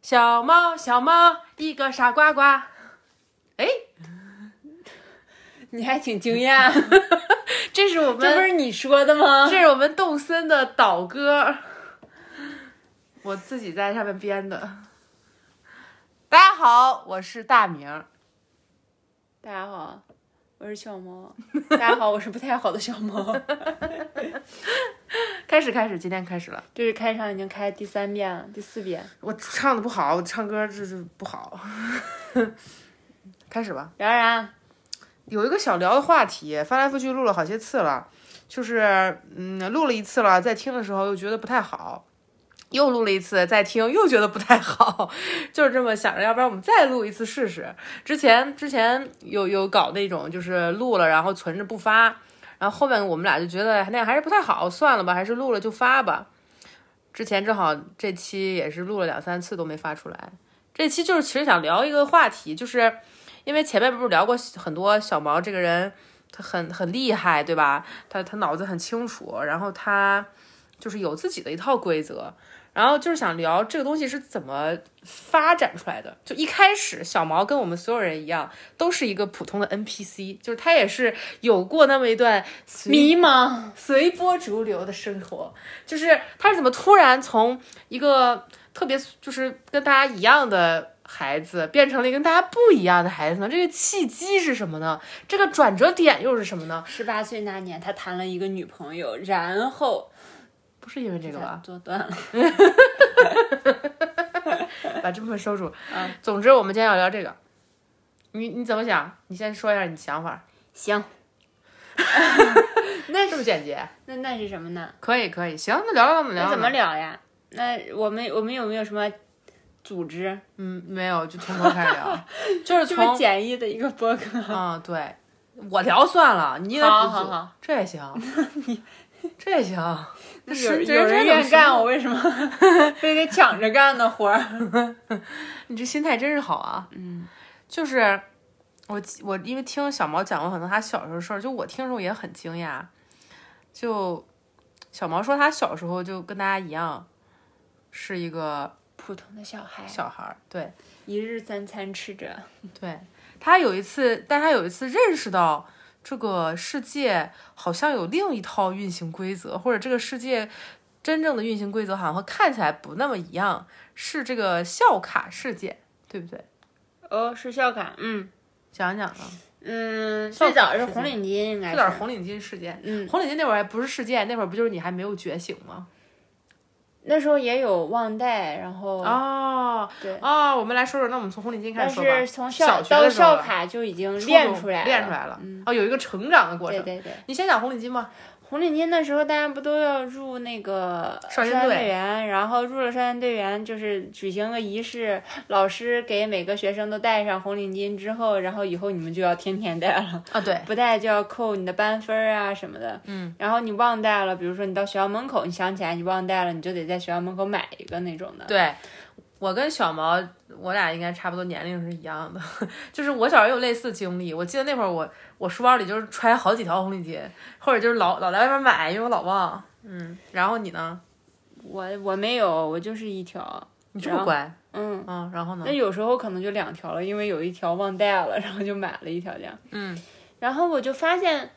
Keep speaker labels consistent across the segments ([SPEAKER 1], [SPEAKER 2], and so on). [SPEAKER 1] 小猫，小猫，一个傻瓜瓜。哎，
[SPEAKER 2] 你还挺惊 讶，
[SPEAKER 1] 这是我
[SPEAKER 2] 这不
[SPEAKER 1] 们，嗯
[SPEAKER 2] 是你说的吗？
[SPEAKER 1] 这是我们动森的岛歌，我自己在上面编的。大家好，我是大明儿。
[SPEAKER 2] 大家好，我是小 猫。大家好，我是不太好的小 猫。
[SPEAKER 1] 开始，开始，今天开始了。
[SPEAKER 2] 这是开场已经开第三遍了，第四遍。
[SPEAKER 1] 我唱的不好，我唱歌就是不好。 开始吧。
[SPEAKER 2] 然啊然，
[SPEAKER 1] 有一个想聊的话题，翻来覆去录了好些次了，就是嗯，录了一次了，在听的时候又觉得不太好，又录了一次，在听又觉得不太好， 就是这么想着，要不然我们再录一次试试。之前之前有有搞那种，就是录了然后存着不发，然后后面我们俩就觉得哎那样还是不太好，算了吧，还是录了就发吧。之前正好这期也是录了两三次都没发出来，这期就是其实想聊一个话题，就是。因为前面不是聊过很多小毛这个人，他很很厉害，对吧？他他脑子很清楚，然后他就是有自己的一套规则，然后就是想聊这个东西是怎么发展出来的。就一开始小毛跟我们所有人一样，都是一个普通的 NPC，就是他也是有过那么一段 随
[SPEAKER 2] 迷茫，
[SPEAKER 1] 随波逐流的生活，就是他是怎么突然从一个特别就是跟大家一样的孩子，变成了一个跟大家不一样的孩子呢？这个契机是什么呢？这个转折点又是什么呢？
[SPEAKER 2] 十八岁那年，他谈了一个女朋友，然后
[SPEAKER 1] 不是因为这个吧？
[SPEAKER 2] 做断了。
[SPEAKER 1] 把这部分收住。
[SPEAKER 2] 嗯，
[SPEAKER 1] 总之我们今天要聊这个，你你怎么想？你先说一下你想法，
[SPEAKER 2] 行，
[SPEAKER 1] 那这么简洁？
[SPEAKER 2] 那那是什么呢？
[SPEAKER 1] 可以可以，行，那聊聊我们聊聊
[SPEAKER 2] 那怎么
[SPEAKER 1] 呢？
[SPEAKER 2] 聊呀？那我们我们有没有什么组织？
[SPEAKER 1] 嗯，没有，就从头开始 聊，就是
[SPEAKER 2] 这
[SPEAKER 1] 从
[SPEAKER 2] 么简易的一个播客。
[SPEAKER 1] 啊、对，我聊算了，你也得
[SPEAKER 2] 好
[SPEAKER 1] 补
[SPEAKER 2] 好
[SPEAKER 1] 足
[SPEAKER 2] 好
[SPEAKER 1] 这也行，这也行，这
[SPEAKER 2] 有
[SPEAKER 1] 神
[SPEAKER 2] 有人愿意干，，我为什么 非得抢着干呢？活儿？
[SPEAKER 1] 你这心态真是好啊，嗯，就是我我因为听小毛讲过很多他小时候的事儿，就我听的时候也很惊讶，就小毛说他小时候就跟大家一样，是一个
[SPEAKER 2] 普通的小孩，
[SPEAKER 1] 小孩儿，对，
[SPEAKER 2] 一日三餐吃着，
[SPEAKER 1] 对他有一次，但他有一次认识到这个世界好像有另一套运行规则，或者这个世界真正的运行规则好像和看起来不那么一样，是这个校卡事件，对不对？
[SPEAKER 2] 哦，是校卡，嗯
[SPEAKER 1] 讲讲啊，
[SPEAKER 2] 嗯，
[SPEAKER 1] 校
[SPEAKER 2] 最
[SPEAKER 1] 卡
[SPEAKER 2] 早是
[SPEAKER 1] 事
[SPEAKER 2] 红领巾，应该
[SPEAKER 1] 这
[SPEAKER 2] 是
[SPEAKER 1] 点红领巾事件，
[SPEAKER 2] 嗯，
[SPEAKER 1] 红领巾那会儿还不是事件，那会儿不就是你还没有觉醒吗？
[SPEAKER 2] 那时候也有忘带，然后、
[SPEAKER 1] 哦，
[SPEAKER 2] 对，
[SPEAKER 1] 哦，我们来说说，那我们从红领巾开
[SPEAKER 2] 但
[SPEAKER 1] 始说吧。
[SPEAKER 2] 是从
[SPEAKER 1] 小
[SPEAKER 2] 校
[SPEAKER 1] 学
[SPEAKER 2] 到
[SPEAKER 1] 的时候
[SPEAKER 2] 校
[SPEAKER 1] 了
[SPEAKER 2] 卡就已经
[SPEAKER 1] 初
[SPEAKER 2] 练
[SPEAKER 1] 中
[SPEAKER 2] 出来了，嗯
[SPEAKER 1] 练出来了，哦，有一个成长的过
[SPEAKER 2] 对
[SPEAKER 1] 程。
[SPEAKER 2] 对对，
[SPEAKER 1] 你先讲红领巾吧。
[SPEAKER 2] 红领巾那时候大家不都要入那个
[SPEAKER 1] 少先
[SPEAKER 2] 先
[SPEAKER 1] 队
[SPEAKER 2] 队员，然后入了少先队员就是举行个仪式，老师给每个学生都戴上红领巾之后，然后以后你们就要天天戴了。
[SPEAKER 1] 啊，对，
[SPEAKER 2] 不带就要扣你的班分儿啊什么的。嗯，然后你忘带了，比如说你到学校门口，你想起来你忘带了，你就得在学校门口买一个那种的。
[SPEAKER 1] 对，我跟小毛，我俩应该差不多年龄是一样的， 就是我小时候有类似经历。我记得那会儿我我书包里就是揣好几条红领巾，或者就是老老在外面买，因为我老忘。嗯，然后你呢？
[SPEAKER 2] 我我没有，我就是一条。
[SPEAKER 1] 你这么乖，
[SPEAKER 2] 嗯，
[SPEAKER 1] 嗯，然后呢
[SPEAKER 2] 那？有时候可能就两条了，因为有一条忘带了， 然后就买了一条这样。
[SPEAKER 1] 嗯，
[SPEAKER 2] 然后我就发现，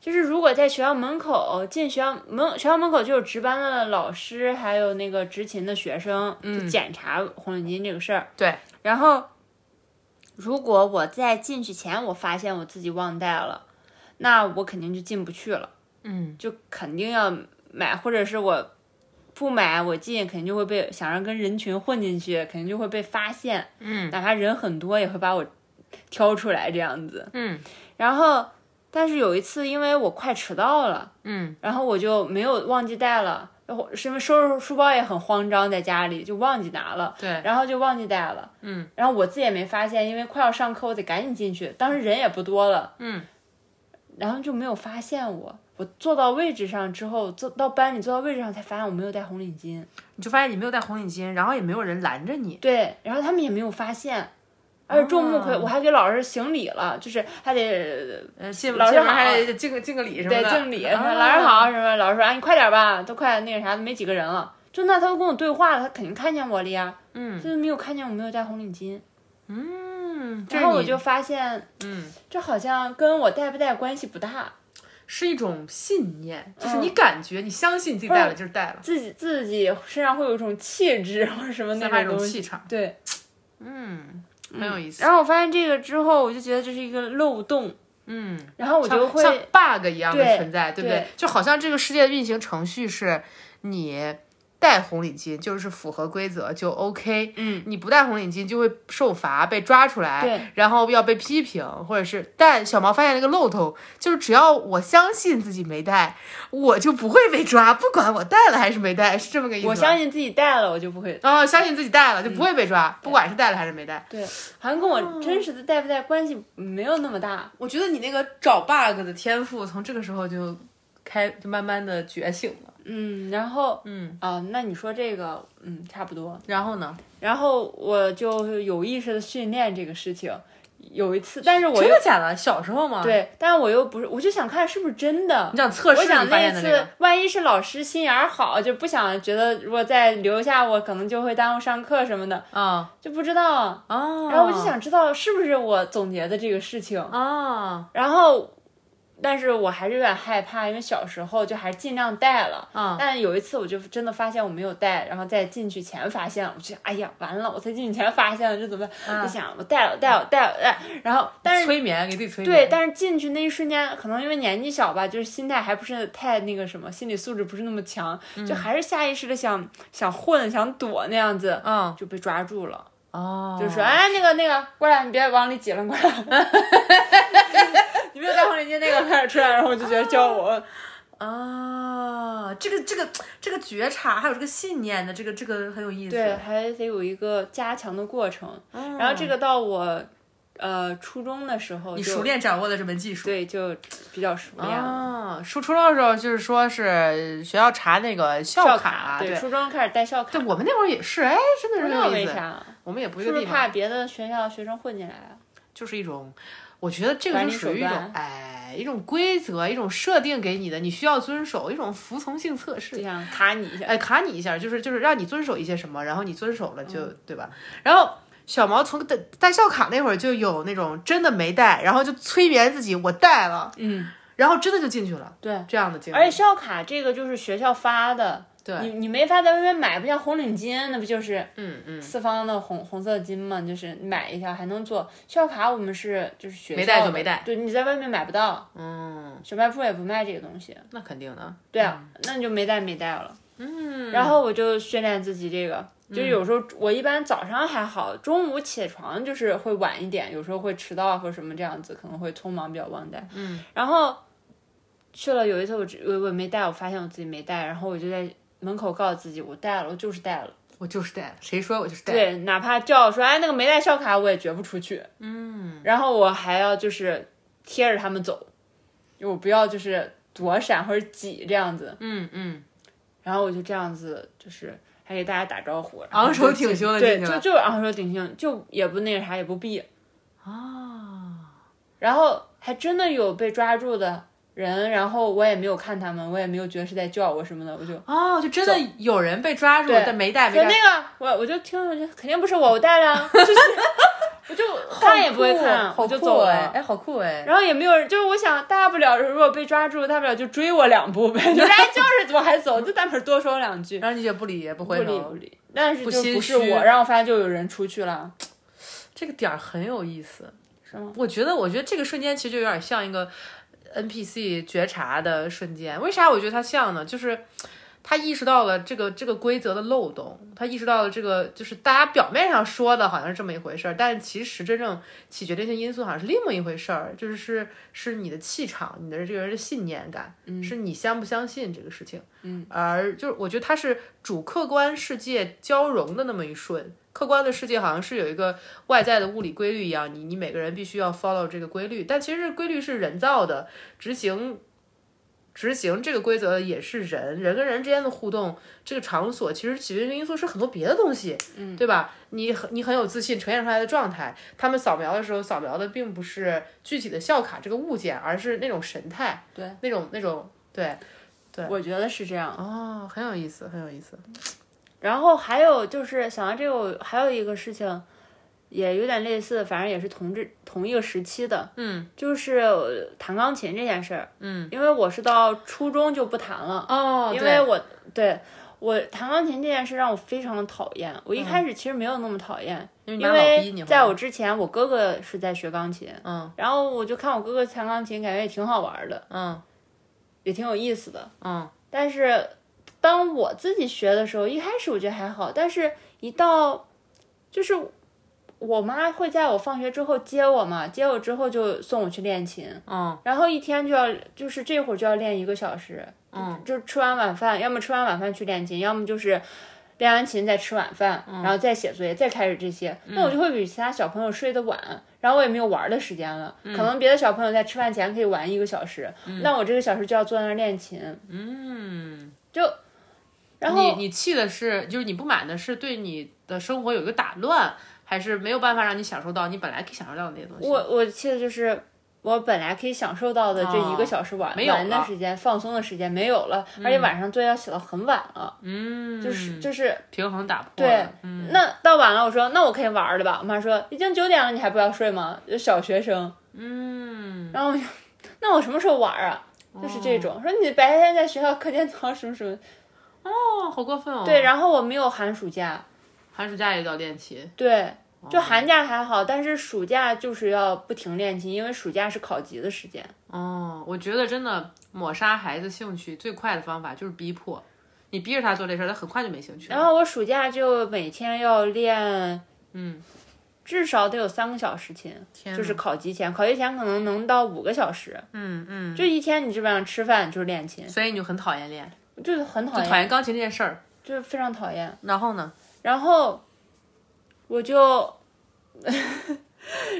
[SPEAKER 2] 就是如果在学校门口进学校门学校门口就有值班的老师，还有那个执勤的学生，就检查红领巾这个事儿。
[SPEAKER 1] 嗯对，
[SPEAKER 2] 然后如果我在进去前我发现我自己忘带了，那我肯定就进不去了，
[SPEAKER 1] 嗯，
[SPEAKER 2] 就肯定要买，或者是我。不买我进肯定就会被想让跟人群混进去，肯定就会被发现。嗯，哪怕人很多也会把我挑出来这样子。
[SPEAKER 1] 嗯，
[SPEAKER 2] 然后但是有一次因为我快迟到了，
[SPEAKER 1] 嗯，
[SPEAKER 2] 然后我就没有忘记带了，然后是因为收拾书包也很慌张，在家里就忘记拿了。
[SPEAKER 1] 对，
[SPEAKER 2] 然后就忘记带了，嗯，然后我自己也没发现，因为快要上课，我得赶紧进去，当时人也不多了，
[SPEAKER 1] 嗯，
[SPEAKER 2] 然后就没有发现我，我坐到位置上之后，坐到班里坐到位置上才发现我没有带红领巾，
[SPEAKER 1] 你就发现你没有带红领巾，然后也没有人拦着你。
[SPEAKER 2] 对，然后他们也没有发现，而且众目
[SPEAKER 1] 啊
[SPEAKER 2] 睽，我还给老师行礼了，就是还得
[SPEAKER 1] 呃，进
[SPEAKER 2] 老师
[SPEAKER 1] 进门
[SPEAKER 2] 好
[SPEAKER 1] 还得敬个敬个礼什么的。
[SPEAKER 2] 对敬礼，
[SPEAKER 1] 啊
[SPEAKER 2] 哎老师好什么，老师说啊你快点吧，都快那个啥，没几个人了，就那他都跟我对话了，他肯定看见我了呀。嗯，就是没有看见我没有戴红领巾。
[SPEAKER 1] 嗯，这
[SPEAKER 2] 然后我
[SPEAKER 1] 你
[SPEAKER 2] 就发现，
[SPEAKER 1] 嗯，
[SPEAKER 2] 这好像跟我戴不戴关系不大，
[SPEAKER 1] 是一种信念，就是
[SPEAKER 2] 嗯
[SPEAKER 1] 你感觉、你相信自己戴了就是戴了，
[SPEAKER 2] 自己自己身上会有一种气质或者什么
[SPEAKER 1] 散发
[SPEAKER 2] 那
[SPEAKER 1] 一
[SPEAKER 2] 种
[SPEAKER 1] 种
[SPEAKER 2] 东西。
[SPEAKER 1] 气场，
[SPEAKER 2] 对，
[SPEAKER 1] 嗯，很有意思。
[SPEAKER 2] 然后我发现这个之后，我就觉得这是一个漏洞，
[SPEAKER 1] 嗯，
[SPEAKER 2] 然后我就
[SPEAKER 1] 像
[SPEAKER 2] 会
[SPEAKER 1] 像 bug 一样的
[SPEAKER 2] 对
[SPEAKER 1] 存在，对不
[SPEAKER 2] 对
[SPEAKER 1] 对？就好像这个世界的运行程序是你。戴红领巾就是符合规则就 OK，
[SPEAKER 2] 嗯，
[SPEAKER 1] 你不戴红领巾就会受罚，被抓出来，
[SPEAKER 2] 对，
[SPEAKER 1] 然后要被批评，或者是。但小毛发现了一个漏洞，就是只要我相信自己没戴，我就不会被抓，不管我戴了还是没戴，是这么个意思吗。
[SPEAKER 2] 我相信自己戴了，我就不会。
[SPEAKER 1] 啊、相信自己戴了就不会被抓，不管是戴了还是没戴。
[SPEAKER 2] 对，好像跟
[SPEAKER 1] 哦
[SPEAKER 2] 我真实的戴不戴关系没有那么大。
[SPEAKER 1] 我觉得你那个找 bug 的天赋，从这个时候就开就慢慢的觉醒了。
[SPEAKER 2] 嗯，然后
[SPEAKER 1] 嗯，
[SPEAKER 2] 啊、那你说这个，嗯，差不多。
[SPEAKER 1] 然后呢？
[SPEAKER 2] 然后我就有意识的训练这个事情。有一次，但是我
[SPEAKER 1] 真
[SPEAKER 2] 又
[SPEAKER 1] 的假的？小时候吗？，
[SPEAKER 2] 对，但是我又不是，我就想看是不是真的
[SPEAKER 1] 你。想测试
[SPEAKER 2] 我想
[SPEAKER 1] 你发
[SPEAKER 2] 那
[SPEAKER 1] 现的那
[SPEAKER 2] 次
[SPEAKER 1] 个，
[SPEAKER 2] 万一是老师心眼儿好，就不想觉得如果再留下我，可能就会耽误上课什么的，
[SPEAKER 1] 啊
[SPEAKER 2] 就不知道啊。
[SPEAKER 1] 啊！
[SPEAKER 2] 然后我就想知道是不是我总结的这个事情，
[SPEAKER 1] 啊
[SPEAKER 2] 然后，但是我还是有点害怕，因为小时候就还尽量带了。
[SPEAKER 1] 啊
[SPEAKER 2] 但有一次我就真的发现我没有带，然后在进去前发现了，我就哎呀完了，我才进去前发现了，这怎么办？我就想我带了，带了，带了，带了。然后，但是
[SPEAKER 1] 嗯催眠，给自己催
[SPEAKER 2] 对，
[SPEAKER 1] 眠。
[SPEAKER 2] 但是进去那一瞬间，可能因为年纪小吧，就是心态还不是太那个什么，心理素质不是那么强，
[SPEAKER 1] 嗯
[SPEAKER 2] 就还是下意识的想想混、想躲那样子，
[SPEAKER 1] 嗯
[SPEAKER 2] 就被抓住了。
[SPEAKER 1] 哦，
[SPEAKER 2] 就说哎，那个那个，过来，你别往里挤了，过来。 你没有戴红领巾，那个快点出来。然后我就觉得叫
[SPEAKER 1] 哦
[SPEAKER 2] 我，
[SPEAKER 1] 啊，这个这个这个觉察，还有这个信念的这个这个很有意思。
[SPEAKER 2] 对，还得有一个加强的过程。
[SPEAKER 1] 嗯
[SPEAKER 2] 然后这个到我呃初中的时候就，
[SPEAKER 1] 你熟练掌握的这门技术。
[SPEAKER 2] 对就比较熟练了。
[SPEAKER 1] 啊，初初中的时候就是说是学校查那个校卡，啊
[SPEAKER 2] 对，
[SPEAKER 1] 对
[SPEAKER 2] 初中开始带校卡，
[SPEAKER 1] 对，我们那会儿也是，哎，真的
[SPEAKER 2] 不
[SPEAKER 1] 是
[SPEAKER 2] 知
[SPEAKER 1] 很
[SPEAKER 2] 道
[SPEAKER 1] 有
[SPEAKER 2] 为
[SPEAKER 1] 意思。
[SPEAKER 2] 啥，
[SPEAKER 1] 我们也不是
[SPEAKER 2] 是
[SPEAKER 1] 一
[SPEAKER 2] 不
[SPEAKER 1] 个
[SPEAKER 2] 是
[SPEAKER 1] 地方，
[SPEAKER 2] 怕别的学校学生混进来啊？
[SPEAKER 1] 就是一种，我觉得这个
[SPEAKER 2] 管
[SPEAKER 1] 就
[SPEAKER 2] 理
[SPEAKER 1] 属于一
[SPEAKER 2] 手
[SPEAKER 1] 种
[SPEAKER 2] 段
[SPEAKER 1] 哎，一种规则，一种设定给你的，你需要遵守，一种服从性测试
[SPEAKER 2] 就。想卡你一下。
[SPEAKER 1] 哎，卡你一下，就是就是让你遵守一些什么，然后你遵守了就、对吧？然后小毛从带带校卡那会儿就有那种真的没带，然后就催眠自己我带了，
[SPEAKER 2] 嗯，
[SPEAKER 1] 然后真的就进去了，
[SPEAKER 2] 对。哎
[SPEAKER 1] 这样的经历。
[SPEAKER 2] 而且校卡这个就是学校发的，
[SPEAKER 1] 对
[SPEAKER 2] 你你没法在外面买，不像红领巾，那不就是
[SPEAKER 1] 嗯嗯，
[SPEAKER 2] 四方的红红色巾嘛，就是买一条还能做。校卡我们是就是学校
[SPEAKER 1] 没带就
[SPEAKER 2] 的
[SPEAKER 1] 没带，
[SPEAKER 2] 对，你在外面买不到，
[SPEAKER 1] 嗯，
[SPEAKER 2] 小卖铺也不卖这个东西。
[SPEAKER 1] 那肯定的。
[SPEAKER 2] 对啊，那你就没带没带了。嗯，然后我就训练自己这个，就有时候我一般早上还好，中午起床就是会晚一点，有时候会迟到啊或者什么这样子，可能会匆忙比较忘带。嗯，然后去了有一次我只我我没带，我发现我自己没带，然后我就在门口告诉自己我带了，我就是带了。
[SPEAKER 1] 我就是带了，谁说我就是带了？
[SPEAKER 2] 对，哪怕叫说哎那个没带校卡，我也绝不出去。嗯，然后我还要就是贴着他们走，我不要就是躲闪或者挤这样子。
[SPEAKER 1] 嗯嗯，
[SPEAKER 2] 然后我就这样子就是还给大家打招呼，
[SPEAKER 1] 昂首挺胸地
[SPEAKER 2] 对，
[SPEAKER 1] 进去了
[SPEAKER 2] 就就昂首挺胸，就也不那个啥，也不避。啊，
[SPEAKER 1] 哦
[SPEAKER 2] 然后还真的有被抓住的人，然后我也没有看他们，我也没有觉得是在叫我什么的，我就
[SPEAKER 1] 哦，就真的有人被抓住，但没带没
[SPEAKER 2] 就那
[SPEAKER 1] 带，
[SPEAKER 2] 个，我我就听，我就肯定不是我，我带 了啊，就是我就看也不会看，
[SPEAKER 1] 好
[SPEAKER 2] 我
[SPEAKER 1] 酷
[SPEAKER 2] 就走
[SPEAKER 1] 哎
[SPEAKER 2] 了。
[SPEAKER 1] 哎，好酷哎！
[SPEAKER 2] 然后也没有人，就是我想，大不了如果被抓住，大不了就追我两步 呗，就是哎，就是我还走，就大不了多说两句，
[SPEAKER 1] 然后你也不理也不
[SPEAKER 2] 不
[SPEAKER 1] 回
[SPEAKER 2] 理
[SPEAKER 1] 头
[SPEAKER 2] 不，理。但是
[SPEAKER 1] 哦不
[SPEAKER 2] 就
[SPEAKER 1] 心
[SPEAKER 2] 不是我，
[SPEAKER 1] 虚
[SPEAKER 2] 然后发现就有人出去了，
[SPEAKER 1] 这个点儿很有意思。
[SPEAKER 2] 是吗？
[SPEAKER 1] 我觉得，我觉得这个瞬间其实就有点像一个 NPC 觉察的瞬间。为啥我觉得它像呢？就是他意识到了这个这个规则的漏洞，他意识到了这个就是大家表面上说的好像是这么一回事儿，但是其实真正起决定性因素好像是另外一回事儿，就是是是你的气场，你的这个人的信念感，
[SPEAKER 2] 嗯
[SPEAKER 1] 是你相不相信这个事情。嗯，而就是我觉得它是主客观世界交融的那么一瞬。客观的世界好像是有一个外在的物理规律一样，你你每个人必须要 follow 这个规律，但其实这个规律是人造的，执行执行这个规则的也是人，人跟人之间的互动，这个场所其实起决定因素是很多别的东西，嗯，对吧？你很你很有自信呈现出来的状态，他们扫描的时候扫描的并不是具体的校卡这个物件，而是那种神态，
[SPEAKER 2] 对，
[SPEAKER 1] 那种那种对，
[SPEAKER 2] 我觉得是这样。
[SPEAKER 1] 哦，很有意思，很有意思，
[SPEAKER 2] 然后还有就是想到这个，我还有一个事情，也有点类似，反正也是同志同一个时期的，
[SPEAKER 1] 嗯
[SPEAKER 2] 就是呃弹钢琴这件事儿。
[SPEAKER 1] 嗯，
[SPEAKER 2] 因为我是到初中就不弹了，
[SPEAKER 1] 哦，
[SPEAKER 2] 因
[SPEAKER 1] 对
[SPEAKER 2] 为我对我弹钢琴这件事让我非常讨厌。我一开始其实没有那么讨厌，
[SPEAKER 1] 嗯因为你妈老逼
[SPEAKER 2] 因为
[SPEAKER 1] 你会
[SPEAKER 2] 在我之前，我哥哥是在学钢琴，
[SPEAKER 1] 嗯
[SPEAKER 2] 然后我就看我哥哥弹钢琴，感觉也挺好玩的，
[SPEAKER 1] 嗯
[SPEAKER 2] 也挺有意思的。
[SPEAKER 1] 嗯
[SPEAKER 2] 但是当我自己学的时候，一开始我觉得还好，但是一到就是我妈会在我放学之后接我嘛，接我之后就送我去练琴，
[SPEAKER 1] 嗯
[SPEAKER 2] 然后一天就要就是这会儿就要练一个小时，
[SPEAKER 1] 嗯
[SPEAKER 2] 就吃完晚饭，要么吃完晚饭去练琴，要么就是。练完琴再吃晚饭，
[SPEAKER 1] 嗯
[SPEAKER 2] 然后再写作业，再开始这些，那我就会比其他小朋友睡得晚，然后我也没有玩儿的时间了。
[SPEAKER 1] 嗯
[SPEAKER 2] 可能别的小朋友在吃饭前可以玩一个小时，那我这个小时就要坐那儿练琴。
[SPEAKER 1] 嗯，
[SPEAKER 2] 然后
[SPEAKER 1] 你你气的是，就是你不满的是对你的生活有一个打乱，还是没有办法让你享受到你本来可以享受到的那些东西？
[SPEAKER 2] 我我记得就是我本来可以享受到的这一个小时玩、
[SPEAKER 1] 哦没有了
[SPEAKER 2] 玩的时间、放松的时间没有了，而且晚上作业要写到很晚了，
[SPEAKER 1] 嗯，
[SPEAKER 2] 就是就是。
[SPEAKER 1] 平衡打破
[SPEAKER 2] 对
[SPEAKER 1] 了，嗯，
[SPEAKER 2] 那到晚了，我说那我可以玩了吧？我妈说已经九点了，你还不要睡吗？就小学生，嗯，然后我就那我什么时候玩啊？就是这种，说你白天在学校课间操什么什么，
[SPEAKER 1] 哦，好过分哦。
[SPEAKER 2] 对，，然后我没有寒暑假，
[SPEAKER 1] 寒暑假也要练琴，
[SPEAKER 2] 对，就寒假还好，但是暑假就是要不停练琴，因为暑假是考级的时间。
[SPEAKER 1] 哦，我觉得真的抹杀孩子兴趣最快的方法就是逼迫，你逼着他做这事儿，他很快就没兴趣了。
[SPEAKER 2] 然后我暑假就每天要练，嗯，至少得有三个小时琴，就是考级前，考级前可能能到五个小时，
[SPEAKER 1] 嗯嗯，
[SPEAKER 2] 就一天你基本上吃饭就是练琴，
[SPEAKER 1] 所以你就很讨厌练，
[SPEAKER 2] 就是很讨
[SPEAKER 1] 讨
[SPEAKER 2] 厌，
[SPEAKER 1] 厌钢琴这件事儿。
[SPEAKER 2] 就是非常讨厌。
[SPEAKER 1] 然后呢？
[SPEAKER 2] 然后我就，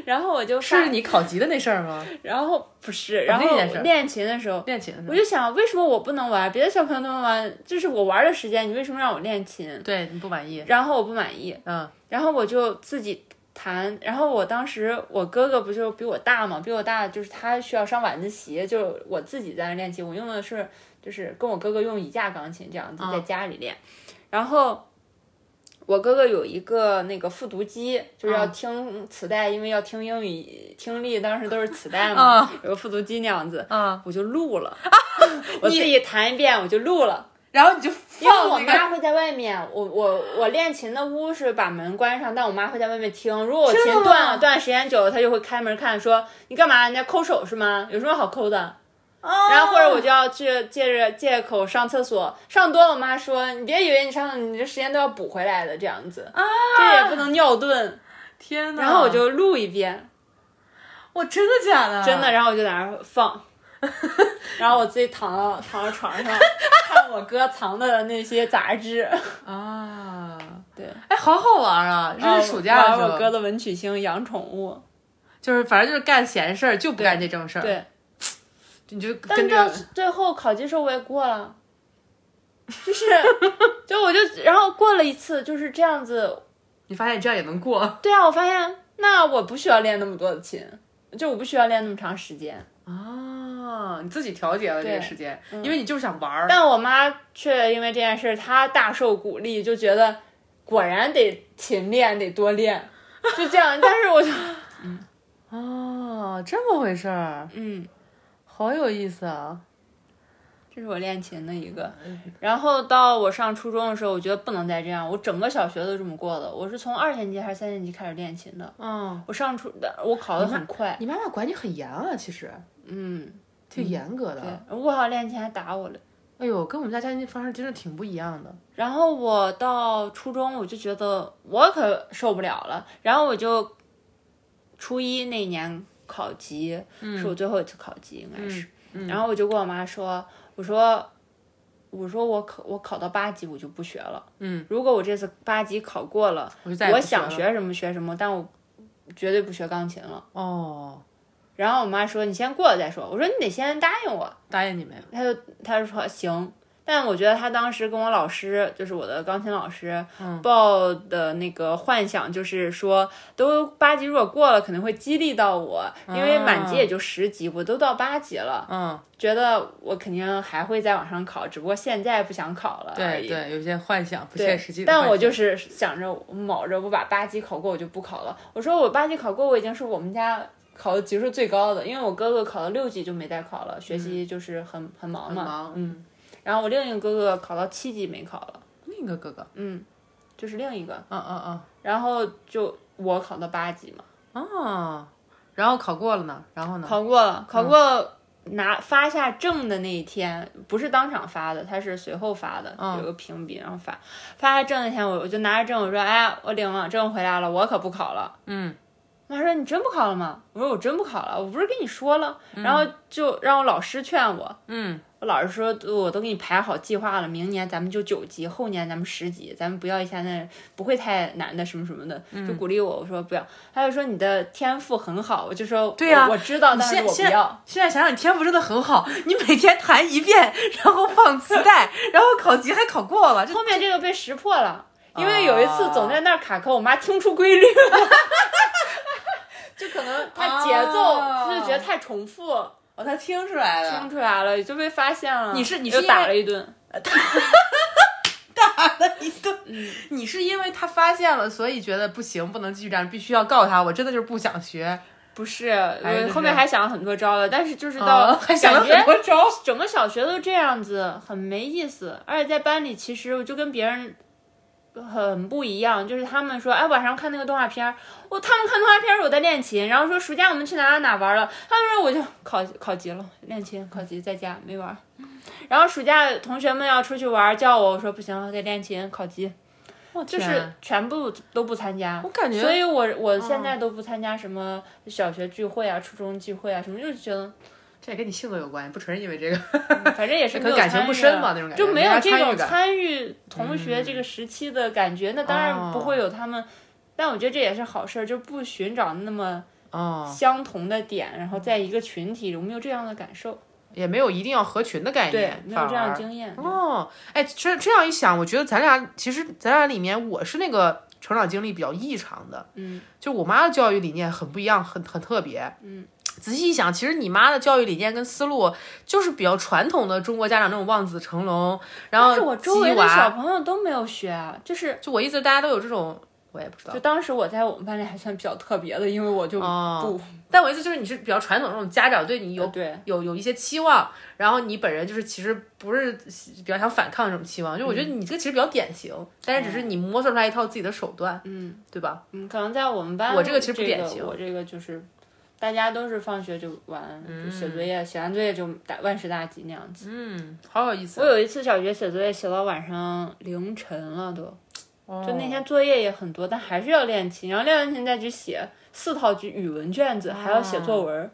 [SPEAKER 2] 然后我就发
[SPEAKER 1] 是，你考级的那事儿吗？
[SPEAKER 2] 然后不是，然后
[SPEAKER 1] 那件事嗯
[SPEAKER 2] 练琴的时候。
[SPEAKER 1] 练琴的事
[SPEAKER 2] 我
[SPEAKER 1] 儿。
[SPEAKER 2] 就想，为什么我不能玩？别的小朋友都能玩，就是我玩的时间，你为什么让我练琴？
[SPEAKER 1] 对你不满意，
[SPEAKER 2] 然后我不满意，
[SPEAKER 1] 嗯
[SPEAKER 2] 然后我就自己弹，然后我当时我哥哥不就比我大嘛，比我大就是他需要上晚自习，就我自己在那练琴，我用的是就是跟我哥哥用一架钢琴这样子在家里练，然后。我哥哥有一个那个复读机，就是要听磁带，因为要听英语听力，当时都是磁带嘛，有个复读机那样子，
[SPEAKER 1] 嗯，
[SPEAKER 2] 我就录了，我自己弹一遍我就录了，
[SPEAKER 1] 然后你就
[SPEAKER 2] 因为我
[SPEAKER 1] 放那个
[SPEAKER 2] 妈会在外面，我我我练琴的屋是把门关上，但我妈会在外面听。如果我琴
[SPEAKER 1] 真的吗
[SPEAKER 2] 断了，断时间久了，她就会开门看，说你干嘛？你在抠手是吗？有什么好抠的？然后或
[SPEAKER 1] 嗯
[SPEAKER 2] 者我就要去借着借口上厕所，上多了，我妈说你别以为你上你这时间都要补回来的这样子，
[SPEAKER 1] 啊，
[SPEAKER 2] 这也不能尿遁。
[SPEAKER 1] 天哪！
[SPEAKER 2] 然后我就录一
[SPEAKER 1] 嗯
[SPEAKER 2] 遍，
[SPEAKER 1] 我真的假的？
[SPEAKER 2] 真的，，然后我就在那儿 放，然后我自己躺到躺到床上看我哥藏的那些杂志。
[SPEAKER 1] 啊，
[SPEAKER 2] 对，嗯
[SPEAKER 1] 哎，好好玩啊！这 是暑假的时
[SPEAKER 2] 玩
[SPEAKER 1] 候，
[SPEAKER 2] 我哥的文曲星养宠 物，
[SPEAKER 1] 就是反正就是干闲事儿，就不干这正事儿。
[SPEAKER 2] 对，
[SPEAKER 1] 你就
[SPEAKER 2] 但
[SPEAKER 1] 跟
[SPEAKER 2] 到
[SPEAKER 1] 着
[SPEAKER 2] 最后考级时候我也过了，就是就我就然后过了一次就是这样子，
[SPEAKER 1] 你发现你这样也能过
[SPEAKER 2] 对啊，我发现那我不需要练那么多的琴，就我不需要练那么长时间，
[SPEAKER 1] 啊！你自己调节了这个
[SPEAKER 2] 对嗯
[SPEAKER 1] 时间，因为你就是想玩儿。
[SPEAKER 2] 但我妈却因为这件事她大受鼓励，就觉得果然得勤练得多练，就这样，但是我就
[SPEAKER 1] 哦，这么回事儿，
[SPEAKER 2] 嗯。
[SPEAKER 1] 好有意思啊！
[SPEAKER 2] 这是我练琴的一个，然后到我上初中的时候，我觉得不能再这样，我整个小学都这么过的。我是从二年级还是三年级开始练琴的。
[SPEAKER 1] 嗯，
[SPEAKER 2] 我上初，我考的很快，
[SPEAKER 1] 你妈妈管你很严啊，其实
[SPEAKER 2] 嗯，
[SPEAKER 1] 挺严格的。
[SPEAKER 2] 对，我好像练琴还打我了。
[SPEAKER 1] 哎呦，跟我们家家庭方式真的挺不一样的。
[SPEAKER 2] 然后我到初中，我就觉得我可受不了了，然后我就初一那年考级，是我最后一次考级，应该是。
[SPEAKER 1] 嗯
[SPEAKER 2] 然后我就跟我妈说，我说，我说我考我考到八级，我就不学了。
[SPEAKER 1] 嗯，
[SPEAKER 2] 如果我这次八级考过了，
[SPEAKER 1] 我就再也不学
[SPEAKER 2] 想
[SPEAKER 1] 了
[SPEAKER 2] 学什么学什么，但我绝对不学钢琴了。
[SPEAKER 1] 哦，
[SPEAKER 2] 然后我妈说：“你先过了再说。”我说：“你得先答应我。
[SPEAKER 1] 答应你没有？”
[SPEAKER 2] 她就她就说：“行。”但我觉得他当时跟我老师，就是我的钢琴老师，
[SPEAKER 1] 嗯
[SPEAKER 2] 抱的那个幻想就是说，都八级如果过了，可能会激励到我，因为满
[SPEAKER 1] 啊
[SPEAKER 2] 级也就十级，我都到八级了，
[SPEAKER 1] 嗯，
[SPEAKER 2] 觉得我肯定还会再往上考，只不过现在不想考了而
[SPEAKER 1] 对
[SPEAKER 2] 已。
[SPEAKER 1] 对，有些幻想不切实际的幻想。
[SPEAKER 2] 哎但我就是想着卯着我把八级考过，我就不考了。我说我八级考过，我已经是我们家考的级数最高的，因为我哥哥考到六级就没再考了，学习就是很、很忙嘛。
[SPEAKER 1] 忙
[SPEAKER 2] 嗯。然后我另一个哥哥考到七级没考了，
[SPEAKER 1] 另一个哥哥，
[SPEAKER 2] 嗯，就是另一个。
[SPEAKER 1] 嗯嗯
[SPEAKER 2] 然后就我考到八级嘛，
[SPEAKER 1] 嗯，哦，然后考过了呢，然后呢？嗯
[SPEAKER 2] 考过了，考过拿发下证的那一天，不是当场发的，他是随后发的，
[SPEAKER 1] 嗯
[SPEAKER 2] 有个评比然后发。发下证那天，我我就拿着证，我说，哎呀，我领了证回来了，我可不考了。
[SPEAKER 1] 嗯，
[SPEAKER 2] 妈说你真不考了吗？我说我真不考了，我不是跟你说了，然后就让我老师劝我。
[SPEAKER 1] 嗯，
[SPEAKER 2] 我老师说，我都给你排好计划了，明年咱们就九级，后年咱们十级，咱们不要一下那不会太难的什么什么的，
[SPEAKER 1] 嗯
[SPEAKER 2] 就鼓励我。我说不要，他就说你的天赋很好，我就说
[SPEAKER 1] 对呀
[SPEAKER 2] 我我知道，但是
[SPEAKER 1] 现
[SPEAKER 2] 我不
[SPEAKER 1] 现
[SPEAKER 2] 要。
[SPEAKER 1] 现在想想，你天赋真的很好，你每天弹一遍，然后放磁带，然后考级还考过了，这
[SPEAKER 2] 后面这个被识破了，因为有一次总在那儿卡壳，我妈听出规律了， 就可
[SPEAKER 1] 啊
[SPEAKER 2] 能它节奏就是觉得太重复，
[SPEAKER 1] 哦，他听出来了，
[SPEAKER 2] 听出来了就被发现了。
[SPEAKER 1] 你是你是
[SPEAKER 2] 就
[SPEAKER 1] 因
[SPEAKER 2] 打
[SPEAKER 1] 为
[SPEAKER 2] 了一顿，
[SPEAKER 1] 一顿。你是因为他发现了，所以觉得不行，不能继续这样，必须要告他。我真的就是不想学，
[SPEAKER 2] 不哎是，哦
[SPEAKER 1] 有就
[SPEAKER 2] 我
[SPEAKER 1] 是
[SPEAKER 2] 后面还想了很多招了，但是就是到
[SPEAKER 1] 啊，还想了很
[SPEAKER 2] 感觉
[SPEAKER 1] 多招。
[SPEAKER 2] 整个小学都这样子，很没意思。而且在班里，其实我就跟别人很不一样，就是他们说，哎，晚上看那个动画片儿，我他们看动画片儿，我在练琴，然后说暑假我们去哪哪哪玩了，他们说我就 考考级了，练琴考级在家没玩儿。然后暑假同学们要出去玩儿，叫我，我说不行，我得练琴考级，
[SPEAKER 1] 就
[SPEAKER 2] 就是全部都不参加。
[SPEAKER 1] 啊我感觉
[SPEAKER 2] 所以我我现在都不参加什么小学聚会啊、初中聚会啊什么，就是 觉得嗯
[SPEAKER 1] 这也跟你性格有关，不纯是因为这个。
[SPEAKER 2] 反正也是
[SPEAKER 1] 可
[SPEAKER 2] 没有
[SPEAKER 1] 感情
[SPEAKER 2] 参
[SPEAKER 1] 不
[SPEAKER 2] 与
[SPEAKER 1] 深
[SPEAKER 2] 啊
[SPEAKER 1] 嘛那种感
[SPEAKER 2] 就
[SPEAKER 1] 觉
[SPEAKER 2] 没
[SPEAKER 1] 没
[SPEAKER 2] 有
[SPEAKER 1] 啥参与
[SPEAKER 2] 这种
[SPEAKER 1] 感嗯
[SPEAKER 2] 参与同学这个时期的感觉。那当然不会有他们，但我觉得这也是好事儿，就不寻找那么
[SPEAKER 1] 哦，
[SPEAKER 2] 相同的点，然后在一个群体里，我没有这样的感受，
[SPEAKER 1] 也没有一定要合群的概
[SPEAKER 2] 对
[SPEAKER 1] 念，，
[SPEAKER 2] 没
[SPEAKER 1] 反
[SPEAKER 2] 有
[SPEAKER 1] 而
[SPEAKER 2] 这样的经验。
[SPEAKER 1] 哦，哎，这这样一想，我觉得咱俩其实咱俩里面，我是那个成长经历比较异常的，
[SPEAKER 2] 嗯，
[SPEAKER 1] 就我妈的教育理念很不一样，很很特别，
[SPEAKER 2] 嗯。
[SPEAKER 1] 仔细一想，其实你妈的教育理念跟思路就是比较传统的中国家长那种望子成龙，然后
[SPEAKER 2] 但是我周
[SPEAKER 1] 鸡
[SPEAKER 2] 围的
[SPEAKER 1] 娃
[SPEAKER 2] 小朋友都没有学啊，就是。
[SPEAKER 1] 就我一直大家都有这种，我也不知道
[SPEAKER 2] 就。当时我在我们班里还算比较特别的，因为我就不、
[SPEAKER 1] 哦但我意思就是，你是比较传统的那种家长对你有
[SPEAKER 2] 对
[SPEAKER 1] 有有一些期望，然后你本人就是其实不是比较想反抗这种期望，就我觉
[SPEAKER 2] 嗯
[SPEAKER 1] 得你这个其实比较典型，但是只是你摸索出来一套自己的手段，
[SPEAKER 2] 哎嗯
[SPEAKER 1] 对吧？
[SPEAKER 2] 嗯，可能在我们班
[SPEAKER 1] 我这个其实不典型
[SPEAKER 2] 我这个就是大家都是放学就玩，就写作业，写完作业就打万事大吉那样子。
[SPEAKER 1] 嗯，好有意思
[SPEAKER 2] 我。有一次小学写作业写到晚上凌晨了都，
[SPEAKER 1] 就
[SPEAKER 2] 就那天作业也很多，但还是要练琴，然后练完琴再去写四套句语文卷子，还要写作文儿，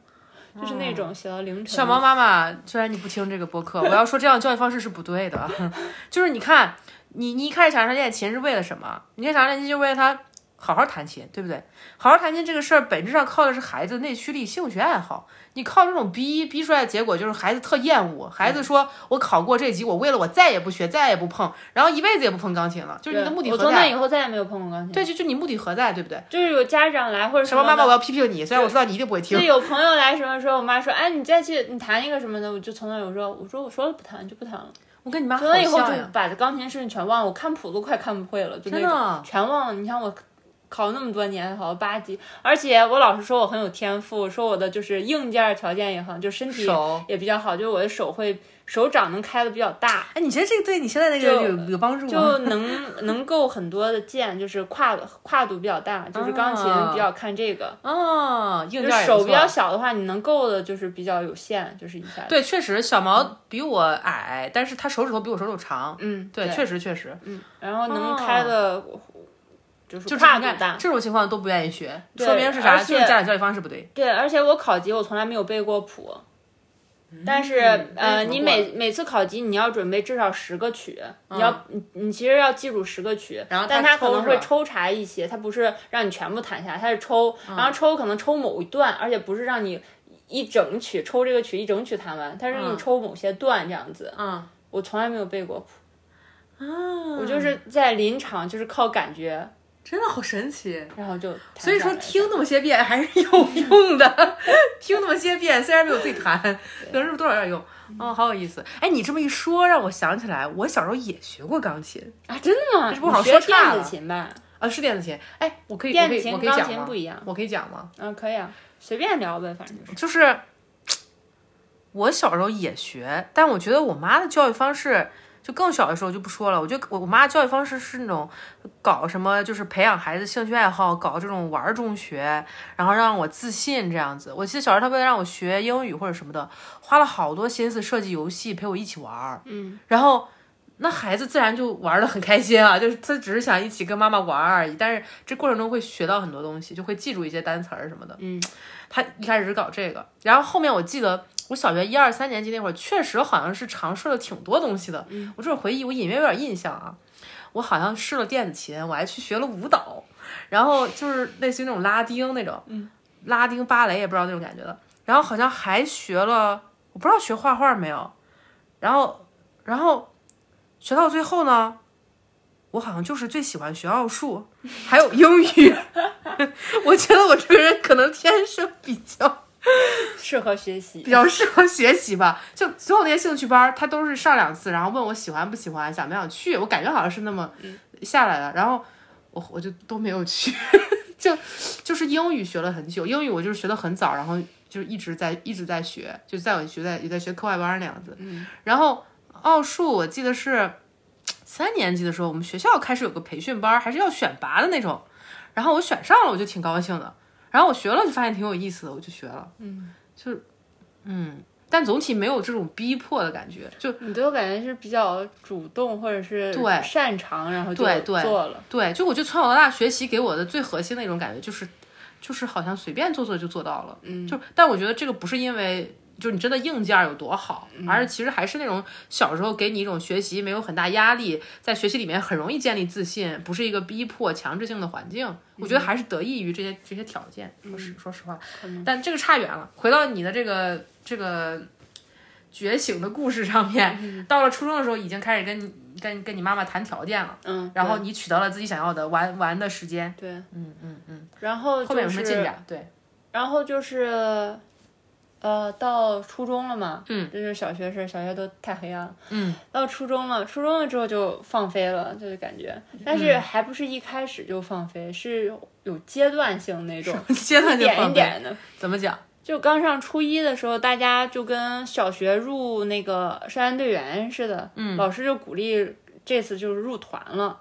[SPEAKER 2] 就是那种写到凌晨。
[SPEAKER 1] 小毛妈妈，虽然你不听这个播客，我要说这样教育方式是不对的。 就是你看，你你一开始想让他练琴是为了什么？你一开始想让他练琴就为了他好好弹琴，对不对？好好弹琴这个事儿本质上靠的是孩子内驱力、兴趣爱好。你靠这种逼逼出来的结果就是孩子特厌恶，孩
[SPEAKER 2] 嗯
[SPEAKER 1] 子说我考过这级，我为了我再也不学，再也不碰，然后一辈子也不碰钢琴了。就是你的目的
[SPEAKER 2] 我
[SPEAKER 1] 何
[SPEAKER 2] 从那
[SPEAKER 1] 在？
[SPEAKER 2] 以后再也没有碰过钢琴。
[SPEAKER 1] 对，就就你目的何在，对不对？
[SPEAKER 2] 就是有家长来或者
[SPEAKER 1] 小
[SPEAKER 2] 么
[SPEAKER 1] 毛妈妈，
[SPEAKER 2] 的
[SPEAKER 1] 我要批评你，虽然我知道你一定不会听
[SPEAKER 2] 就。有朋友来什么说，我妈说，哎，你再去你弹一个什么的，我就从那有时候我说我说了不弹就不弹了，
[SPEAKER 1] 我跟你妈好
[SPEAKER 2] 从那以后
[SPEAKER 1] 像
[SPEAKER 2] 就
[SPEAKER 1] 呀，
[SPEAKER 2] 把钢琴事情全忘了，我看谱都快看不会了，就那
[SPEAKER 1] 真
[SPEAKER 2] 种
[SPEAKER 1] 的。啊
[SPEAKER 2] 全忘了。你看我考那么多年，考了八级，而且我老师说我很有天赋，说我的就是硬件条件也很，就身体
[SPEAKER 1] 手
[SPEAKER 2] 也比较好，就是我的手会手掌能开的比较大，
[SPEAKER 1] 哎，你觉得这个对你现在那个
[SPEAKER 2] 就
[SPEAKER 1] 有有帮助吗？
[SPEAKER 2] 就能能够很多的键，就是跨跨度比较大，就是钢琴
[SPEAKER 1] 啊
[SPEAKER 2] 比较看这个。
[SPEAKER 1] 哦，硬
[SPEAKER 2] 就
[SPEAKER 1] 件
[SPEAKER 2] 是
[SPEAKER 1] 也
[SPEAKER 2] 手
[SPEAKER 1] 不
[SPEAKER 2] 比
[SPEAKER 1] 错
[SPEAKER 2] 较小的话，你能够的就是比较有限，就是一下子。
[SPEAKER 1] 对，确实小毛比我矮，但是他手指头比我手指头长。
[SPEAKER 2] 嗯，
[SPEAKER 1] 对，确实确实，
[SPEAKER 2] 嗯，然后能开的就是
[SPEAKER 1] 就是你
[SPEAKER 2] 跨度
[SPEAKER 1] 看
[SPEAKER 2] 大。
[SPEAKER 1] 这种情况都不愿意学，
[SPEAKER 2] 对
[SPEAKER 1] 说明是啥？
[SPEAKER 2] 而
[SPEAKER 1] 就是
[SPEAKER 2] 且
[SPEAKER 1] 家长教育方式不对。
[SPEAKER 2] 对，而且我考级我从来没有背过谱，但是、
[SPEAKER 1] 那
[SPEAKER 2] 呃，
[SPEAKER 1] 嗯你怎么啊
[SPEAKER 2] 你
[SPEAKER 1] 过
[SPEAKER 2] 每每次考级你要准备至少十个曲，你要你你其实要记住十个曲，
[SPEAKER 1] 嗯然后
[SPEAKER 2] 但
[SPEAKER 1] 他
[SPEAKER 2] 它可
[SPEAKER 1] 抽
[SPEAKER 2] 能
[SPEAKER 1] 是
[SPEAKER 2] 会
[SPEAKER 1] 吧
[SPEAKER 2] 抽查一些，它不是让你全部弹下，它是抽，
[SPEAKER 1] 嗯
[SPEAKER 2] 然后抽可能抽某一段，而且不是让你。一整曲抽这个曲一整曲弹完，它是让你抽某些段这样子。
[SPEAKER 1] 嗯，
[SPEAKER 2] 我从来没有背过谱，
[SPEAKER 1] 啊，
[SPEAKER 2] 我就是在临场就是靠感觉，
[SPEAKER 1] 真的好神奇。
[SPEAKER 2] 然后就弹
[SPEAKER 1] 所以
[SPEAKER 2] 下
[SPEAKER 1] 说
[SPEAKER 2] 来了
[SPEAKER 1] 听那么些遍 还是有用的， 听那么些遍虽然没有自己弹，能是多少有点用。
[SPEAKER 2] 嗯
[SPEAKER 1] 哦，好有意思。哎，你这么一说，让我想起来，我小时候也学过钢琴
[SPEAKER 2] 啊，真的吗？
[SPEAKER 1] 这不好
[SPEAKER 2] 你学
[SPEAKER 1] 说岔
[SPEAKER 2] 电
[SPEAKER 1] 了
[SPEAKER 2] 子琴吧？
[SPEAKER 1] 啊，是电子琴。哎，我可以，
[SPEAKER 2] 电子琴
[SPEAKER 1] 我可以，
[SPEAKER 2] 跟
[SPEAKER 1] 我可以
[SPEAKER 2] 钢
[SPEAKER 1] 讲
[SPEAKER 2] 琴
[SPEAKER 1] 吗
[SPEAKER 2] 不？一样。
[SPEAKER 1] 我可以讲吗？
[SPEAKER 2] 嗯，可以啊，随便聊呗，反正就是。
[SPEAKER 1] 就是我小时候也学，但我觉得我妈的教育方式。就更小的时候就不说了，我觉得我我妈教育方式是那种搞什么，就是培养孩子兴趣爱好，搞这种玩儿中学，然后让我自信这样子。我记得小时候她为了让我学英语或者什么的，花了好多心思设计游戏陪我一起玩儿，嗯，然后那孩子自然就玩的很开心啊，就是他只是想一起跟妈妈玩儿而已，但是这过程中会学到很多东西，就会记住一些单词儿什么的，嗯，他一开始是搞这个，然后后面我记得。我小学一二三年级那会儿，确实好像是尝试了挺多东西的。我这种回忆，我隐约有点印象啊。我好像试了电子琴，我还去学了舞蹈，然后就是类似于那种拉丁那种，拉丁芭蕾也不知道那种感觉的。然后好像还学了，我不知道学画画没有。然后，然后学到最后呢，我好像就是最喜欢学奥数，还有英语。 我觉得我这个人可能天生比较
[SPEAKER 2] 适合学习
[SPEAKER 1] 比。较适合学习吧。就所有那些兴趣班儿，他都是上两次，然后问我喜欢不喜欢，想不想去。我感觉好像是那么下来的，然后我我就都没有去。 就就是英语学了很久，英语我就是学的很早，然后就是一直在一直在学，就在我学在也在学课外班儿那样子。嗯、然后奥数我记得是三年级的时候，我们学校开始有个培训班儿，还是要选拔的那种。然后我选上了，我就挺高兴的。然后我学了就发现挺有意思的，我就学了。嗯，就是嗯，但总体没有这种逼迫的感觉。就
[SPEAKER 2] 你对我感觉是比较主动，或者是
[SPEAKER 1] 对
[SPEAKER 2] 擅长，然后就
[SPEAKER 1] 对对
[SPEAKER 2] 做了。
[SPEAKER 1] 对，就我就从小到大学习给我的最核心的一种感觉就是，就是好像随便做做就做到了。嗯，就但我觉得这个不是因为。就是你真的硬件有多好，而是其实还是那种小时候给你一种学习没有很大压力，在学习里面很容易建立自信，不是一个逼迫强制性的环境。我觉得还是得益于这些这些条件。说实说实话，但这个差远了。回到你的这个这个觉醒的故事上面，到了初中的时候已经开始跟你跟跟你妈妈谈条件了。
[SPEAKER 2] 嗯，
[SPEAKER 1] 然后你取得了自己想要的玩玩的时间，
[SPEAKER 2] 对，
[SPEAKER 1] 嗯嗯嗯，
[SPEAKER 2] 然后就是
[SPEAKER 1] 后面有什么进展？对，
[SPEAKER 2] 然后就是，呃，到初中了嘛，嗯，这就是小学时，小学都太黑暗了，
[SPEAKER 1] 嗯，
[SPEAKER 2] 到初中了，初中了之后就放飞了，就是感觉，
[SPEAKER 1] 嗯
[SPEAKER 2] 但是还不是一开始就放飞，是有阶段性那种，
[SPEAKER 1] 阶段
[SPEAKER 2] 一
[SPEAKER 1] 就
[SPEAKER 2] 点
[SPEAKER 1] 放
[SPEAKER 2] 一
[SPEAKER 1] 飞
[SPEAKER 2] 点的。
[SPEAKER 1] 怎么讲？
[SPEAKER 2] 就刚上初一的时候，大家就跟小学入那个少先队员似的，嗯，老师就鼓励这次就是入团了，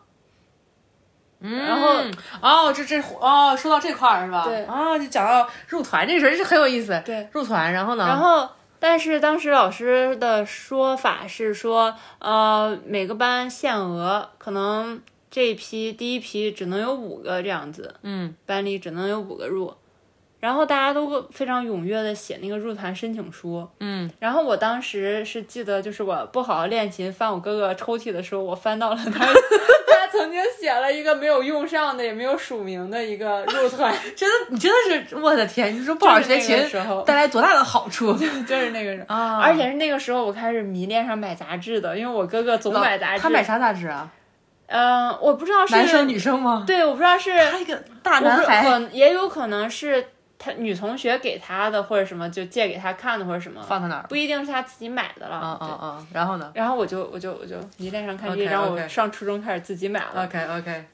[SPEAKER 1] 嗯，
[SPEAKER 2] 然后
[SPEAKER 1] 哦，这这哦，说到这块儿是吧？
[SPEAKER 2] 对
[SPEAKER 1] 啊，就讲到入团这事儿是很有意思。
[SPEAKER 2] 对，
[SPEAKER 1] 入团，然后呢？
[SPEAKER 2] 然后，但是当时老师的说法是说，呃，每个班限额，可能这一批第一批只能有五个这样子，
[SPEAKER 1] 嗯，
[SPEAKER 2] 班里只能有五个入。然后大家都非常踊跃的写那个入团申请书，
[SPEAKER 1] 嗯，
[SPEAKER 2] 然后我当时是记得，就是我不好好练琴，翻我哥哥抽屉的时候，我翻到了他 他曾经写了一个没有用上的，也没有署名的一个入团，
[SPEAKER 1] 真的，你真的是，我的天！你说不好好
[SPEAKER 2] 就是
[SPEAKER 1] 学琴
[SPEAKER 2] 那个时候
[SPEAKER 1] 带来多大的好处
[SPEAKER 2] 就是那个人
[SPEAKER 1] 啊
[SPEAKER 2] 而且是那个时候我开始迷恋上买杂志的，因为我哥哥总
[SPEAKER 1] 老
[SPEAKER 2] 买杂志。
[SPEAKER 1] 哦他买？啥杂志啊？
[SPEAKER 2] 嗯、我不知道是
[SPEAKER 1] 男生女生吗？
[SPEAKER 2] 对，我不知道是
[SPEAKER 1] 他一个大
[SPEAKER 2] 我不
[SPEAKER 1] 男
[SPEAKER 2] 是
[SPEAKER 1] 孩
[SPEAKER 2] 可也有可能是他女同学给他的，或者什么就借给他看的，或者什么，
[SPEAKER 1] 放在哪儿？
[SPEAKER 2] 不一定是他自己买的了。
[SPEAKER 1] 啊啊啊！然后呢
[SPEAKER 2] 对。然后我就我就我就迷恋上看这
[SPEAKER 1] OK，
[SPEAKER 2] 些，然后我
[SPEAKER 1] OK
[SPEAKER 2] 上初中开始自己买了，
[SPEAKER 1] ？OK OK，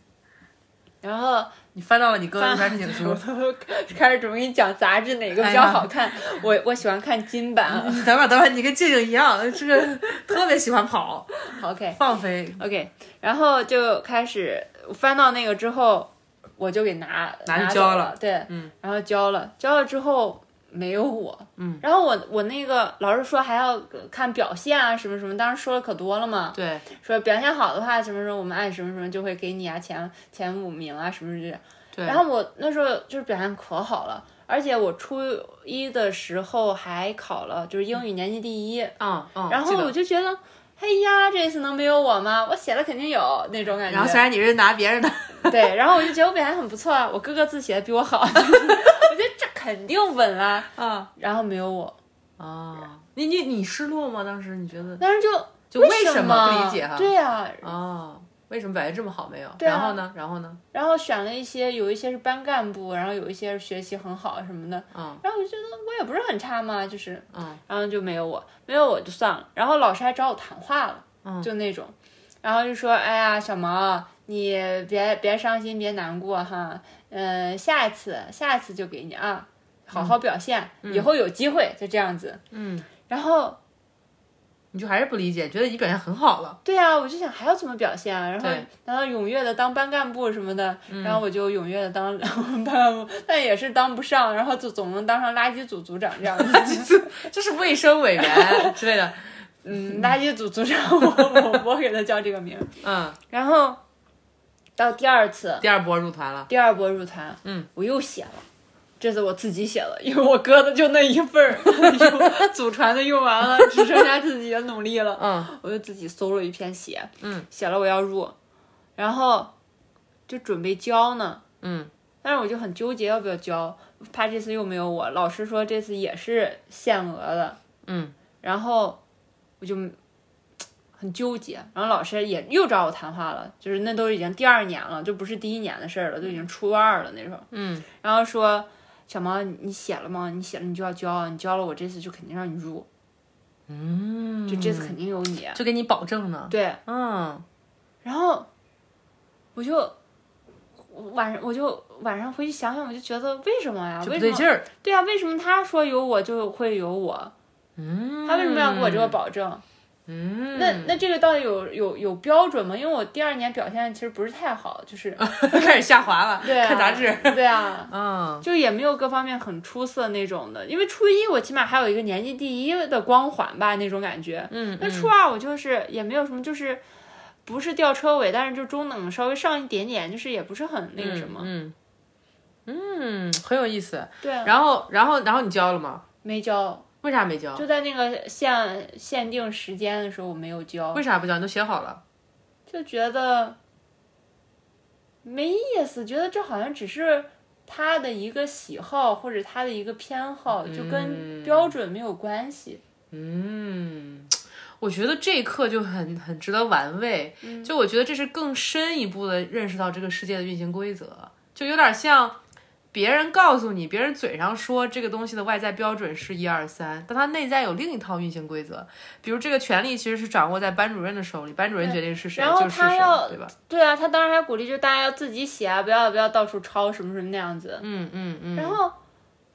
[SPEAKER 2] 然后
[SPEAKER 1] 你翻到了你哥
[SPEAKER 2] 翻
[SPEAKER 1] 入团申请
[SPEAKER 2] 我
[SPEAKER 1] 书，
[SPEAKER 2] 都开始准备讲杂志哪个比
[SPEAKER 1] 哎
[SPEAKER 2] 较
[SPEAKER 1] 呀
[SPEAKER 2] 好看。我我喜欢看 金版。
[SPEAKER 1] 你等会儿等会儿，你跟静静一样，这个特别喜欢跑
[SPEAKER 2] OK，
[SPEAKER 1] 放飞，
[SPEAKER 2] OK，然后就开始翻到那个之后，我就给拿
[SPEAKER 1] 拿去
[SPEAKER 2] 走
[SPEAKER 1] 交
[SPEAKER 2] 了
[SPEAKER 1] 了，
[SPEAKER 2] 对，
[SPEAKER 1] 嗯，
[SPEAKER 2] 然后交了，交了之后没有我，
[SPEAKER 1] 嗯，
[SPEAKER 2] 然后我我那个老师说还要看表现啊什么什么，当时说了可多了嘛，
[SPEAKER 1] 对，
[SPEAKER 2] 说表现好的话什么时候我们按什么什么就会给你啊前前五名啊什么什么，
[SPEAKER 1] 对
[SPEAKER 2] 然后我那时候就是表现可好了。而且我初一的时候还考了，就是英语年级第一，
[SPEAKER 1] 嗯嗯，
[SPEAKER 2] 然后
[SPEAKER 1] 记得
[SPEAKER 2] 我就觉得，哎呀，这次能没有我吗？我写了肯定有那种感觉。
[SPEAKER 1] 然后虽然你是拿别人的，
[SPEAKER 2] 对，然后我就觉得我表现很不错啊，我哥哥字写的比我好，我觉得这肯定 稳啦。
[SPEAKER 1] 啊
[SPEAKER 2] 然后没有我，
[SPEAKER 1] 嗯 啊，你你你失落吗？当时你觉得
[SPEAKER 2] 但是就
[SPEAKER 1] 就
[SPEAKER 2] 为
[SPEAKER 1] 什么不理解哈？
[SPEAKER 2] 对啊，
[SPEAKER 1] 哦，为什么表现这么好没有？
[SPEAKER 2] 对啊
[SPEAKER 1] 然后呢？然后呢？
[SPEAKER 2] 然后选了一些，有一些是班干部，然后有一些是学习很好什么的。
[SPEAKER 1] 嗯
[SPEAKER 2] 然后我就觉得我也不是很差嘛，就是，
[SPEAKER 1] 嗯，
[SPEAKER 2] 然后就没有我，没有我就算了。然后老师还找我谈话了，
[SPEAKER 1] 嗯
[SPEAKER 2] 就那种，然后就说，哎呀，小毛，你别别伤心，别难过哈，嗯、下一次，下一次就给你啊，好
[SPEAKER 1] 嗯
[SPEAKER 2] 好表现，以后有机会就这样子。嗯，然后
[SPEAKER 1] 你就还是不理解，觉得你表现很好了。
[SPEAKER 2] 对啊，我就想还要怎么表现啊？然后
[SPEAKER 1] 对
[SPEAKER 2] 难道踊跃的当班干部什么的？然后我就踊跃的当 班干部，但也是当不上，然后就总能当上垃圾组组长这样子。
[SPEAKER 1] 这是卫生委 员之类的，
[SPEAKER 2] 嗯，垃圾组组长，我我我给他叫这个名儿。
[SPEAKER 1] 嗯，
[SPEAKER 2] 然后到第二次，
[SPEAKER 1] 第二波入团了，
[SPEAKER 2] 第二波入团，嗯，我又写了。这次我自己写了，因为我哥的就那一份儿，用祖传的用完了， 只剩下自己的努力了。
[SPEAKER 1] 嗯，
[SPEAKER 2] 我就自己搜了一篇写，嗯，写了我要入，然后就准备交呢，
[SPEAKER 1] 嗯，
[SPEAKER 2] 但是我就很纠结要不要交，怕这次又没有我。老师说这次也是限额的，
[SPEAKER 1] 嗯，
[SPEAKER 2] 然后我就嘖很纠结，然后老师也又找我谈话了，就是那都已经第二年了，就不是第一年的事儿了，都已经初二了那时候，
[SPEAKER 1] 嗯，
[SPEAKER 2] 然后说小毛你写了吗？你写了你就要交，啊你交了我这次就肯定让你入，嗯，就这次肯定有你，
[SPEAKER 1] 就给你保证呢。
[SPEAKER 2] 对，
[SPEAKER 1] 嗯，
[SPEAKER 2] 然后我就我晚上我就晚上回去想想，我就觉得为什么呀？
[SPEAKER 1] 就
[SPEAKER 2] 为
[SPEAKER 1] 不对
[SPEAKER 2] 什么？
[SPEAKER 1] 劲儿。
[SPEAKER 2] 对呀、为什么他说有我就会有我？嗯，他为什么要给我这个保证？
[SPEAKER 1] 嗯，
[SPEAKER 2] 那那这个到底有有有标准吗？因为我第二年表现其实不是太好，就是
[SPEAKER 1] 开始下滑了，
[SPEAKER 2] 对、啊、
[SPEAKER 1] 看杂志。，
[SPEAKER 2] 对啊，
[SPEAKER 1] 嗯
[SPEAKER 2] 就也没有各方面很出色那种的。因为初一我起码还有一个年级第一的光环吧，那种感觉。
[SPEAKER 1] 嗯，
[SPEAKER 2] 那初二我就是也没有什么，就是不是吊车尾，但是就中等稍微上一点点，就是也不是很那个什么。
[SPEAKER 1] 嗯嗯，很有意思。
[SPEAKER 2] 对，啊
[SPEAKER 1] 然后，然后，然后你交了吗？
[SPEAKER 2] 没交，
[SPEAKER 1] 为啥没交？
[SPEAKER 2] 就在那个限限定时间的时候我没有交，
[SPEAKER 1] 为啥不交？你都写好了。
[SPEAKER 2] 就觉得没意思，觉得这好像只是。他的一个喜好或者他的一个偏好，就
[SPEAKER 1] 嗯
[SPEAKER 2] 跟标准没有关系。
[SPEAKER 1] 我觉得这一刻就很很值得玩味。
[SPEAKER 2] 嗯
[SPEAKER 1] 就我觉得这是更深一步的认识到这个世界的运行规则，就有点像别人告诉你，别人嘴上说这个东西的外在标准是一二三，但它内在有另一套运行规则。比如这个权利其实是掌握在班主任的手里，班主任决定是谁
[SPEAKER 2] 然后
[SPEAKER 1] 就是
[SPEAKER 2] 他
[SPEAKER 1] 谁
[SPEAKER 2] 要，
[SPEAKER 1] 对吧？
[SPEAKER 2] 对啊，他当时还鼓励，就大家要自己写啊，不要不要到处抄什么什么那样子。
[SPEAKER 1] 嗯嗯嗯，
[SPEAKER 2] 然后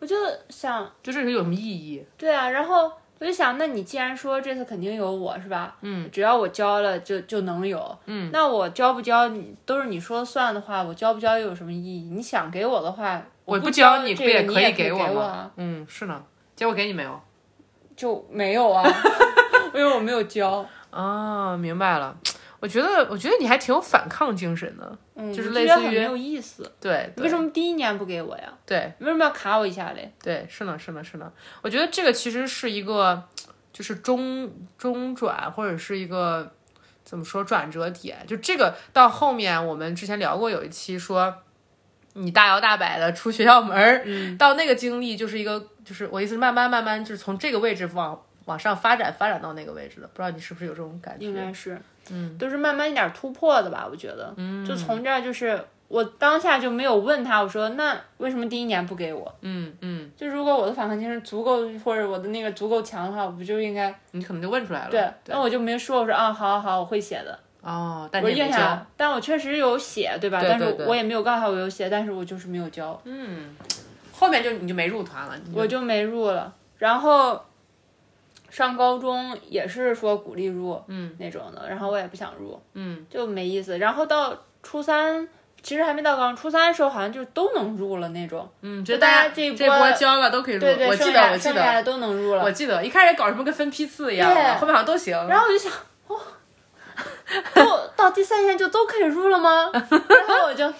[SPEAKER 2] 我就想，
[SPEAKER 1] 就这是有什么意义？
[SPEAKER 2] 对啊，然后我就想，那你既然说这次肯定有我是吧？
[SPEAKER 1] 嗯，
[SPEAKER 2] 只要我交了就就能有。嗯，那我交不交你都是你说了算的话，我交不交又有什么意义？你想给我的话，
[SPEAKER 1] 我
[SPEAKER 2] 不
[SPEAKER 1] 教
[SPEAKER 2] 你
[SPEAKER 1] 你不
[SPEAKER 2] 这个
[SPEAKER 1] 也
[SPEAKER 2] 你
[SPEAKER 1] 可以
[SPEAKER 2] 给
[SPEAKER 1] 我吗？
[SPEAKER 2] 啊？
[SPEAKER 1] 嗯，是呢。结果给你没有？
[SPEAKER 2] 就没有 啊，因为我没有交。
[SPEAKER 1] 啊，明白了。我觉得，我觉得你还挺有反抗精神的。
[SPEAKER 2] 嗯，
[SPEAKER 1] 就是
[SPEAKER 2] 我
[SPEAKER 1] 类
[SPEAKER 2] 觉得
[SPEAKER 1] 似
[SPEAKER 2] 很
[SPEAKER 1] 于
[SPEAKER 2] 没有意思。
[SPEAKER 1] 对，
[SPEAKER 2] 你为什么第一年不给我呀？
[SPEAKER 1] 对
[SPEAKER 2] 你为什么要卡我一下嘞？
[SPEAKER 1] 对，是呢，是呢，是呢。我觉得这个其实是一个，就是中中转或者是一个怎么说转折点。就这个到后面，我们之前聊过有一期说，你大摇大摆的出学校门儿，
[SPEAKER 2] 嗯
[SPEAKER 1] 到那个经历就是一个，就是我意思是慢慢慢慢就是从这个位置往往上发展，发展到那个位置的。不知道你是不是有这种感觉？
[SPEAKER 2] 应该是，嗯，都是慢慢一点突破的吧，我觉得，嗯，就从这儿就是我当下就没有问他，我说那为什么第一年不给我？
[SPEAKER 1] 嗯嗯，
[SPEAKER 2] 就如果我的反抗精神足够，或者我的那个足够强的话，我不就应该
[SPEAKER 1] 你可能就问出来了。
[SPEAKER 2] 对？那我就没说，我说啊，好好好，我会写的，
[SPEAKER 1] 哦，但
[SPEAKER 2] 我
[SPEAKER 1] 你也
[SPEAKER 2] 印
[SPEAKER 1] 没
[SPEAKER 2] 下
[SPEAKER 1] 交。
[SPEAKER 2] 来，但我确实有写，对吧？
[SPEAKER 1] 对对
[SPEAKER 2] 但
[SPEAKER 1] 对
[SPEAKER 2] 是我也没有告诉他我有写，但是我就是没有交，
[SPEAKER 1] 后面就你就没入团了，你就
[SPEAKER 2] 我就没入了。然后上高中也是说鼓励入，嗯，那种的，然后我也不想入，嗯，就没意思。然后到初三，其实还没到高中，初三的时候好像就都能入了那种，
[SPEAKER 1] 嗯，
[SPEAKER 2] 就
[SPEAKER 1] 就
[SPEAKER 2] 大
[SPEAKER 1] 大
[SPEAKER 2] 家
[SPEAKER 1] 家
[SPEAKER 2] 这一
[SPEAKER 1] 这
[SPEAKER 2] 波
[SPEAKER 1] 波交了都可以入。
[SPEAKER 2] 对对，
[SPEAKER 1] 我记
[SPEAKER 2] 剩
[SPEAKER 1] 得，
[SPEAKER 2] 下
[SPEAKER 1] 我记
[SPEAKER 2] 剩下
[SPEAKER 1] 得，
[SPEAKER 2] 的都能入了
[SPEAKER 1] 我。记得，一开始搞什么跟分批次一样
[SPEAKER 2] 对
[SPEAKER 1] 的，后面好像都行。
[SPEAKER 2] 然后我就想，哦，都到第三天就都可以入了吗？ 然后我就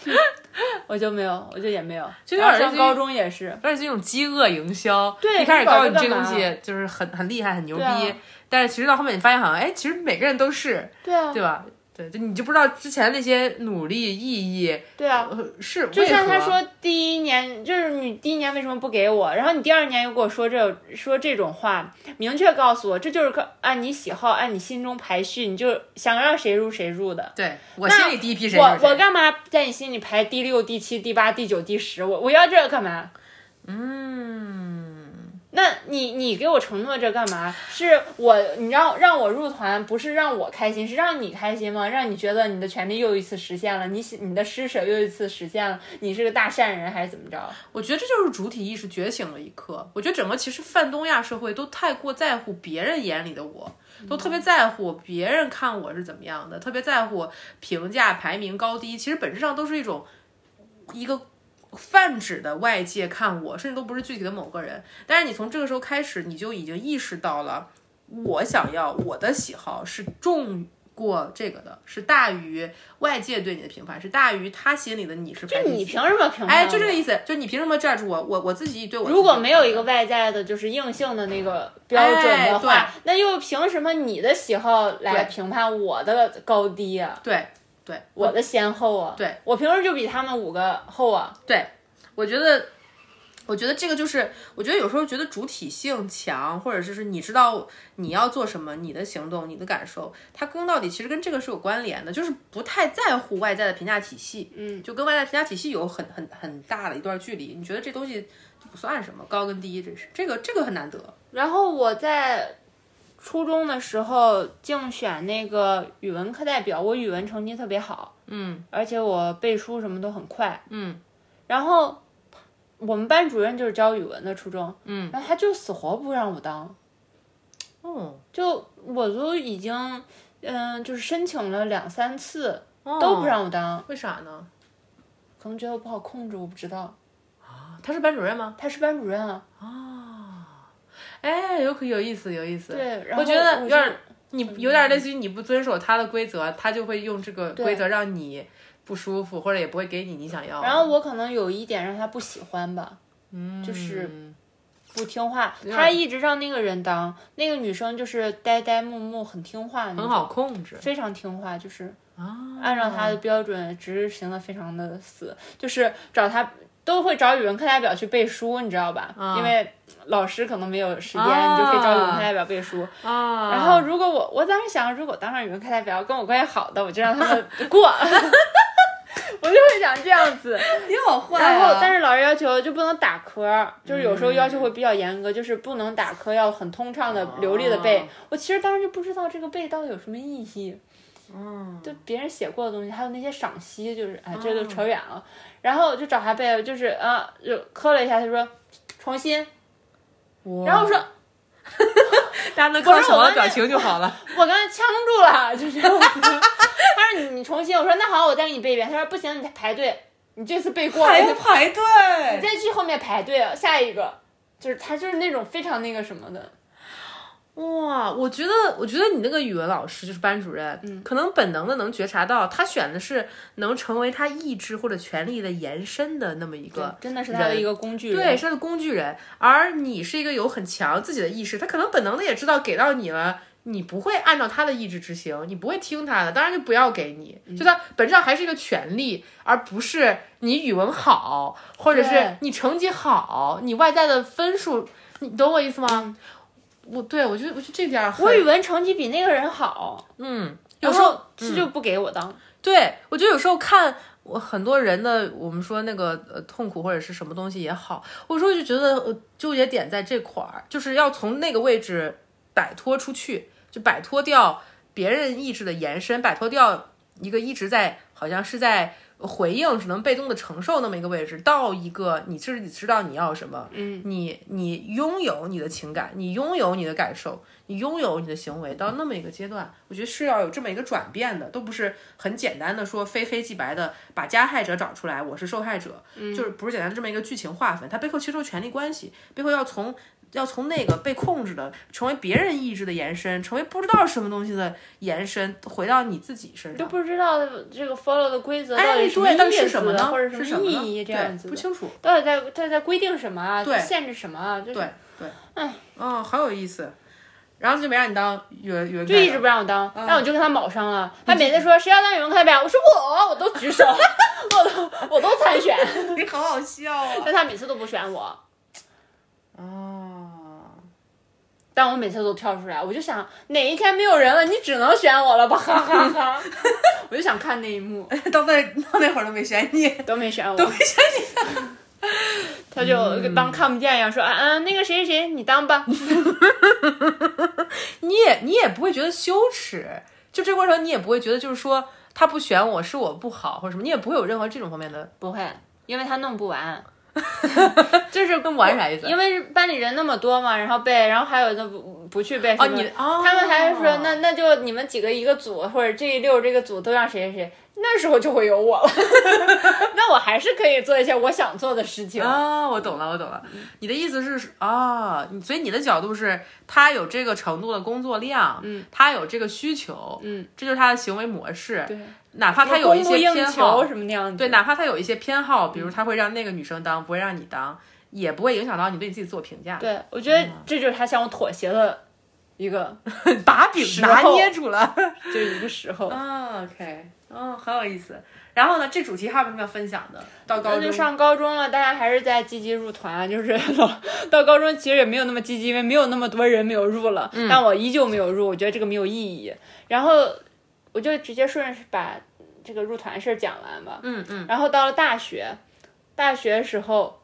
[SPEAKER 2] 我就没有， 我就也没有。
[SPEAKER 1] 就有
[SPEAKER 2] 然后
[SPEAKER 1] 点类
[SPEAKER 2] 上
[SPEAKER 1] 似于
[SPEAKER 2] 高中也是，
[SPEAKER 1] 而且这种饥饿营销，
[SPEAKER 2] 对
[SPEAKER 1] 一开始
[SPEAKER 2] 你搞
[SPEAKER 1] 告诉
[SPEAKER 2] 这
[SPEAKER 1] 你这
[SPEAKER 2] 干
[SPEAKER 1] 东
[SPEAKER 2] 嘛
[SPEAKER 1] 西就是很很厉害、很牛逼，
[SPEAKER 2] 对啊
[SPEAKER 1] 但是其实到后面你发现好像，哎，其实每个人都是，
[SPEAKER 2] 对啊，
[SPEAKER 1] 对吧？对，就你就不知道之前那些努力意义
[SPEAKER 2] 对啊，
[SPEAKER 1] 呃是
[SPEAKER 2] 就
[SPEAKER 1] 为
[SPEAKER 2] 像他
[SPEAKER 1] 何
[SPEAKER 2] 说第一年，就是你第一年为什么不给我？然后你第二年又给我说这说这种话，明确告诉我，这就是个按你喜好，按你心中排序，你就想让谁入谁入的。
[SPEAKER 1] 对我
[SPEAKER 2] 那
[SPEAKER 1] 心里第一批谁
[SPEAKER 2] 我
[SPEAKER 1] 就是
[SPEAKER 2] 我
[SPEAKER 1] 谁
[SPEAKER 2] 干嘛在你心里排第六、第七、第八、第九、第十？我我要这个干嘛？嗯，那你你给我承诺这干嘛？是我你让让我入团，不是让我开心，是让你开心吗？让你觉得你的权利又一次实现了，你喜你的施舍又一次实现了，你是个大善人还是怎么着？
[SPEAKER 1] 我觉得这就是主体意识觉醒的一刻。我觉得整个其实泛东亚社会都太过在乎别人眼里的我，都
[SPEAKER 2] 嗯
[SPEAKER 1] 特别在乎别人看我是怎么样的，特别在乎评价排名高低。其实本质上都是一种一个泛指的外界看我，甚至都不是具体的某个人。但是你从这个时候开始，你就已经意识到了，我想要我的喜好是重。过这个的是大于外界对你的评判，是大于他心里的你是排
[SPEAKER 2] 就
[SPEAKER 1] 第
[SPEAKER 2] 你
[SPEAKER 1] 几
[SPEAKER 2] 凭什么评判我？
[SPEAKER 1] 哎，就这个意思，就你凭什么 judge 我？我我自己对我
[SPEAKER 2] 如果
[SPEAKER 1] 自己
[SPEAKER 2] 没有一个外在的，就是硬性的那个标准的话，
[SPEAKER 1] 哎
[SPEAKER 2] 那又凭什么你的喜好来评判我的高低啊？
[SPEAKER 1] 对对
[SPEAKER 2] 我的先后啊？
[SPEAKER 1] 对，
[SPEAKER 2] 我平时就比他们五个后啊。
[SPEAKER 1] 对，我觉得，我觉得这个就是，我觉得有时候觉得主体性强，或者就是你知道你要做什么，你的行动、你的感受，它归根到底其实跟这个是有关联的，就是不太在乎外在的评价体系，嗯，就跟外在评价体系有很很很大的一段距离。你觉得这东西就不算什么，高跟低，这是这个这个很难得。
[SPEAKER 2] 然后我在初中的时候竞选那个语文课代表，我语文成绩特别好，嗯，而且我背书什么都很快，嗯。然后我们班主任就是教语文的初中，嗯，然后他就死活不让我当。
[SPEAKER 1] 哦，
[SPEAKER 2] 就我都已经，嗯、就是申请了两三次，都
[SPEAKER 1] 都
[SPEAKER 2] 不让我当，
[SPEAKER 1] 为啥呢？
[SPEAKER 2] 可能觉得我不好控制，我不知道。
[SPEAKER 1] 啊他是班主任吗？
[SPEAKER 2] 他是班主任啊，
[SPEAKER 1] 哎，有可有意思，有意思。
[SPEAKER 2] 对，然后
[SPEAKER 1] 我觉得有
[SPEAKER 2] 就
[SPEAKER 1] 点儿，你
[SPEAKER 2] 嗯
[SPEAKER 1] 有点儿类似于你不遵守他的规则，他就会用这个规则让你不舒服，或者也不会给你你想要。
[SPEAKER 2] 然后我可能有一点让他不喜欢吧，
[SPEAKER 1] 嗯，
[SPEAKER 2] 就是不听话。
[SPEAKER 1] 有点
[SPEAKER 2] 他一直让那个人当，那个女生就是呆呆木木，很听话那
[SPEAKER 1] 很
[SPEAKER 2] 种，
[SPEAKER 1] 好控制
[SPEAKER 2] 非常听话，就是
[SPEAKER 1] 嗯啊。
[SPEAKER 2] 按照他的标准执行的非常的死，就是找他都会找语文课代表去背书，你知道吧？因为老师可能没有时间，
[SPEAKER 1] 啊
[SPEAKER 2] 你就可以找语文课代表背书。
[SPEAKER 1] 啊，
[SPEAKER 2] 然后如果我我当时想，如果当上语文课代表跟我关系好的，我就让他们过， 我就会想这样子。
[SPEAKER 1] 你好坏啊
[SPEAKER 2] 然后，但
[SPEAKER 1] 是
[SPEAKER 2] 是老师要求就不能打磕，就是有时候要求会比较严格，就是不能打磕，要很通畅的、流利的背。我其实当时就不知道这个背到底有什么意义。嗯，就别人写过的东西，还有那些赏析，就是哎，这就扯远了。然后我就找他背，就是啊，就磕了一下，他说重新。 然后我说
[SPEAKER 1] 大家能看到
[SPEAKER 2] 不是
[SPEAKER 1] 小
[SPEAKER 2] 我
[SPEAKER 1] 王的
[SPEAKER 2] 们
[SPEAKER 1] 表
[SPEAKER 2] 那
[SPEAKER 1] 情就好了。
[SPEAKER 2] 我刚才呛住了，就是这样子。他说你你重新，我说那好，我再给你背一遍。他说不行，你排队，你这次背过了。我说
[SPEAKER 1] 排队，
[SPEAKER 2] 你再去后面排队啊，下一个就是他就是那种非常那个什么的，
[SPEAKER 1] 哇，我觉得，我觉得你那个语文老师就是班主任，嗯，可能本能的能觉察到，他选的是能成为他意志或者权力的延伸呃的那么一个，
[SPEAKER 2] 真的是他的一个工具人。
[SPEAKER 1] 对，，是他的工具人，而你是一个有很强自己的意识，他可能本能的也知道给到你了，你不会按照他的意志执行，你不会听他的，当然就不要给你，
[SPEAKER 2] 嗯
[SPEAKER 1] 就他本质上还是一个权利，而不是你语文好，或者是
[SPEAKER 2] 对
[SPEAKER 1] 你成绩好，你外在的分数，你懂我意思
[SPEAKER 2] 嗯
[SPEAKER 1] 吗？我对我觉得我觉得这点儿很
[SPEAKER 2] 我语文成绩比那个人好，
[SPEAKER 1] 嗯，有
[SPEAKER 2] 有
[SPEAKER 1] 时
[SPEAKER 2] 时
[SPEAKER 1] 候
[SPEAKER 2] 候他就不给我当。
[SPEAKER 1] 对，我觉得有时候看我很多人的，我们说那个呃痛苦或者是什么东西也好，我有时候就觉得呃纠结点在这块儿，就是要从那个位置摆脱出去，就摆脱掉别人意志的延伸，摆脱掉一个一直在好像是在回应，只能被动的承受那么一个位置，到一个你自己知道你要什么，嗯，你你拥有你的情感，你拥有你的感受，你拥有你的行为，到那么一个阶段，我觉得是要有这么一个转变的，都不是很简单的说非黑即白的把加害者找出来，我是受害者，就是不是简单的这么一个剧情划分，它背后其实有权力关系，背后要从。要从那个被控制的，成为别人意志的延伸，成为不知道什么东西的延伸，回到你自己身
[SPEAKER 2] 都
[SPEAKER 1] 上。
[SPEAKER 2] 不知道这个 follow 的规则
[SPEAKER 1] 嗯
[SPEAKER 2] 到
[SPEAKER 1] 哎，
[SPEAKER 2] 底什么
[SPEAKER 1] 对，到
[SPEAKER 2] 意
[SPEAKER 1] 底
[SPEAKER 2] 思，
[SPEAKER 1] 是什么呢？
[SPEAKER 2] 或者
[SPEAKER 1] 是
[SPEAKER 2] 什
[SPEAKER 1] 么
[SPEAKER 2] 么
[SPEAKER 1] 呢
[SPEAKER 2] 意义这
[SPEAKER 1] 对
[SPEAKER 2] 样子
[SPEAKER 1] 不
[SPEAKER 2] 的，
[SPEAKER 1] 清楚。
[SPEAKER 2] 到底在在在规定什么啊？
[SPEAKER 1] 对
[SPEAKER 2] 限制什么啊？就是
[SPEAKER 1] 对对，哎，哦，好有意思。然后就没让你当语文语文
[SPEAKER 2] 就一
[SPEAKER 1] 课
[SPEAKER 2] 直不让我当，但我就跟他卯上
[SPEAKER 1] 嗯
[SPEAKER 2] 了。他每次说谁要当语文课代表，我说我，我都举手， 我都我都参选，
[SPEAKER 1] 长， 你好好笑啊！
[SPEAKER 2] 但他每次都不选我，
[SPEAKER 1] 哦，
[SPEAKER 2] 但我每次都跳出来，我就想哪一天没有人了，你只能选我了吧，哈哈哈！ 我就想看那一幕，哎
[SPEAKER 1] 到那到那会儿都没选你，
[SPEAKER 2] 都没选我，都没选你。 他就当看不见一样说啊啊，那个谁谁谁，你当吧。
[SPEAKER 1] 你也你也不会觉得羞耻，就这过程你也不会觉得就是说他不选我是我不好或者什么，你也不会有任何这种方面的
[SPEAKER 2] 不会，因为他弄不完。
[SPEAKER 1] 就是跟玩啥意思？
[SPEAKER 2] 因为班里人那么多嘛，然后背，然后还有的不不去背什么。
[SPEAKER 1] 哦你哦
[SPEAKER 2] 他们还是说，那那就你们几个一个组，或者这一溜儿这个组都让谁谁谁。那时候就会有我了， 那我还是可以做一些我想做的事情。
[SPEAKER 1] 啊、我懂了，我懂了。
[SPEAKER 2] 嗯
[SPEAKER 1] 你的意思是啊、你所以你的角度是，他有这个程度的工作量，嗯，他有这个需求，嗯，这就是他的行为模式，
[SPEAKER 2] 对，
[SPEAKER 1] 哪怕他有一
[SPEAKER 2] 供不
[SPEAKER 1] 些
[SPEAKER 2] 应
[SPEAKER 1] 偏好
[SPEAKER 2] 求，什么那样子。
[SPEAKER 1] 对，哪怕他有一些偏好，比如他会让那个女生当，不会让你当，也不会影响到你对你自己自我评价，
[SPEAKER 2] 对，我觉得这就是他向我妥协的一个，
[SPEAKER 1] 把柄
[SPEAKER 2] 时
[SPEAKER 1] 拿
[SPEAKER 2] 候
[SPEAKER 1] 捏住了。
[SPEAKER 2] 就是一个时候。
[SPEAKER 1] 啊，OK，嗯，很有意思。然后呢，这主题还有什么要分享的？到高
[SPEAKER 2] 那就
[SPEAKER 1] 中
[SPEAKER 2] 上高中了，大家还是在积极入团， 就是到到高中其实也没有那么积极，因为没有那么多人没有入了，但我依旧没有入，我觉得这个没有意义。然后我就直接顺着把这个入团事儿讲完吧。
[SPEAKER 1] 嗯嗯，
[SPEAKER 2] 然后到了大学，大学时候。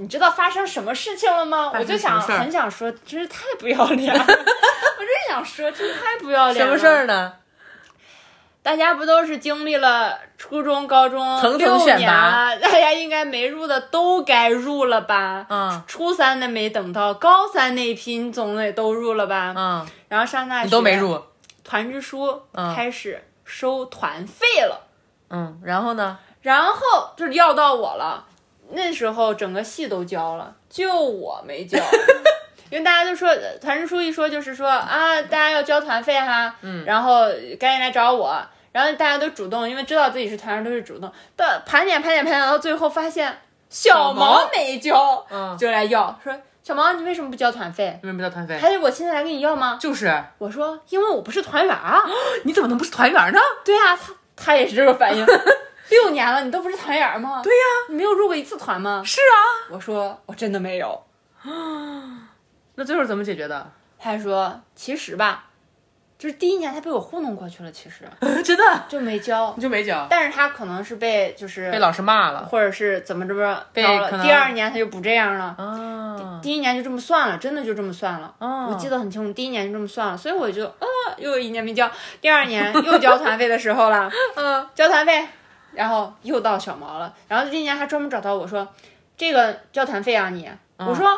[SPEAKER 2] 你知道发生什么事情了吗？
[SPEAKER 1] 发
[SPEAKER 2] 我
[SPEAKER 1] 生
[SPEAKER 2] 就
[SPEAKER 1] 什么
[SPEAKER 2] 想
[SPEAKER 1] 事儿
[SPEAKER 2] 很想说，真是太不要脸了！我 真想说，真是太不要脸了。
[SPEAKER 1] 什么事儿呢？
[SPEAKER 2] 大家不都是经历了初中、高中
[SPEAKER 1] 层层
[SPEAKER 2] 六
[SPEAKER 1] 选拔
[SPEAKER 2] 年啊， 大家应该没入的都该入了吧？
[SPEAKER 1] 嗯
[SPEAKER 2] 初三的没等到，高三那一批你总得都入了吧？
[SPEAKER 1] 嗯，
[SPEAKER 2] 然后上大学
[SPEAKER 1] 你都没，入，
[SPEAKER 2] 团支书
[SPEAKER 1] 嗯
[SPEAKER 2] 开始收团费了，
[SPEAKER 1] 嗯，然后呢？
[SPEAKER 2] 然后就要到我了。那时候整个系都交了，就我没 交。因为大家都说呃团支书一说就是说啊，大家要交团费哈，嗯，然后赶紧来找我，然后大家都主动，因为知道自己是团上都是主动，到盘点盘点盘点到最后发现小
[SPEAKER 1] 毛
[SPEAKER 2] 毛没交，
[SPEAKER 1] 嗯
[SPEAKER 2] 就来要说小毛你为什么不交团费？
[SPEAKER 1] 为什么叫团费？
[SPEAKER 2] 还得我亲自来跟你要吗？
[SPEAKER 1] 就是
[SPEAKER 2] 我说因为我不是团员啊。
[SPEAKER 1] 你怎么能不是团员呢？
[SPEAKER 2] 对啊，他他也是这个反应。六年了，你都不是团员吗？对呀、你没有入过一次团吗？
[SPEAKER 1] 是啊，
[SPEAKER 2] 我说我真的没有。
[SPEAKER 1] 那最后怎么解决的？
[SPEAKER 2] 他说其实吧，就是第一年他被我糊弄过去了，其 实
[SPEAKER 1] 真的
[SPEAKER 2] 就没交
[SPEAKER 1] 你，就没交，
[SPEAKER 2] 但是他可能是被就是
[SPEAKER 1] 被老师骂了
[SPEAKER 2] 或者是怎么着么
[SPEAKER 1] 被
[SPEAKER 2] 着
[SPEAKER 1] 可
[SPEAKER 2] 了，
[SPEAKER 1] 能
[SPEAKER 2] 第二年他就不这样了。
[SPEAKER 1] 啊
[SPEAKER 2] 第一年就这么算了，真的就这么算了。
[SPEAKER 1] 哦
[SPEAKER 2] 我记得很清楚，第一年就这么算了，所以我就啊、又一年没交，第二年又交团费的时候了，
[SPEAKER 1] 嗯
[SPEAKER 2] 交团费，然后又到小毛了，然后今年还专门找到我说，这个交团费啊你，
[SPEAKER 1] 嗯
[SPEAKER 2] 我说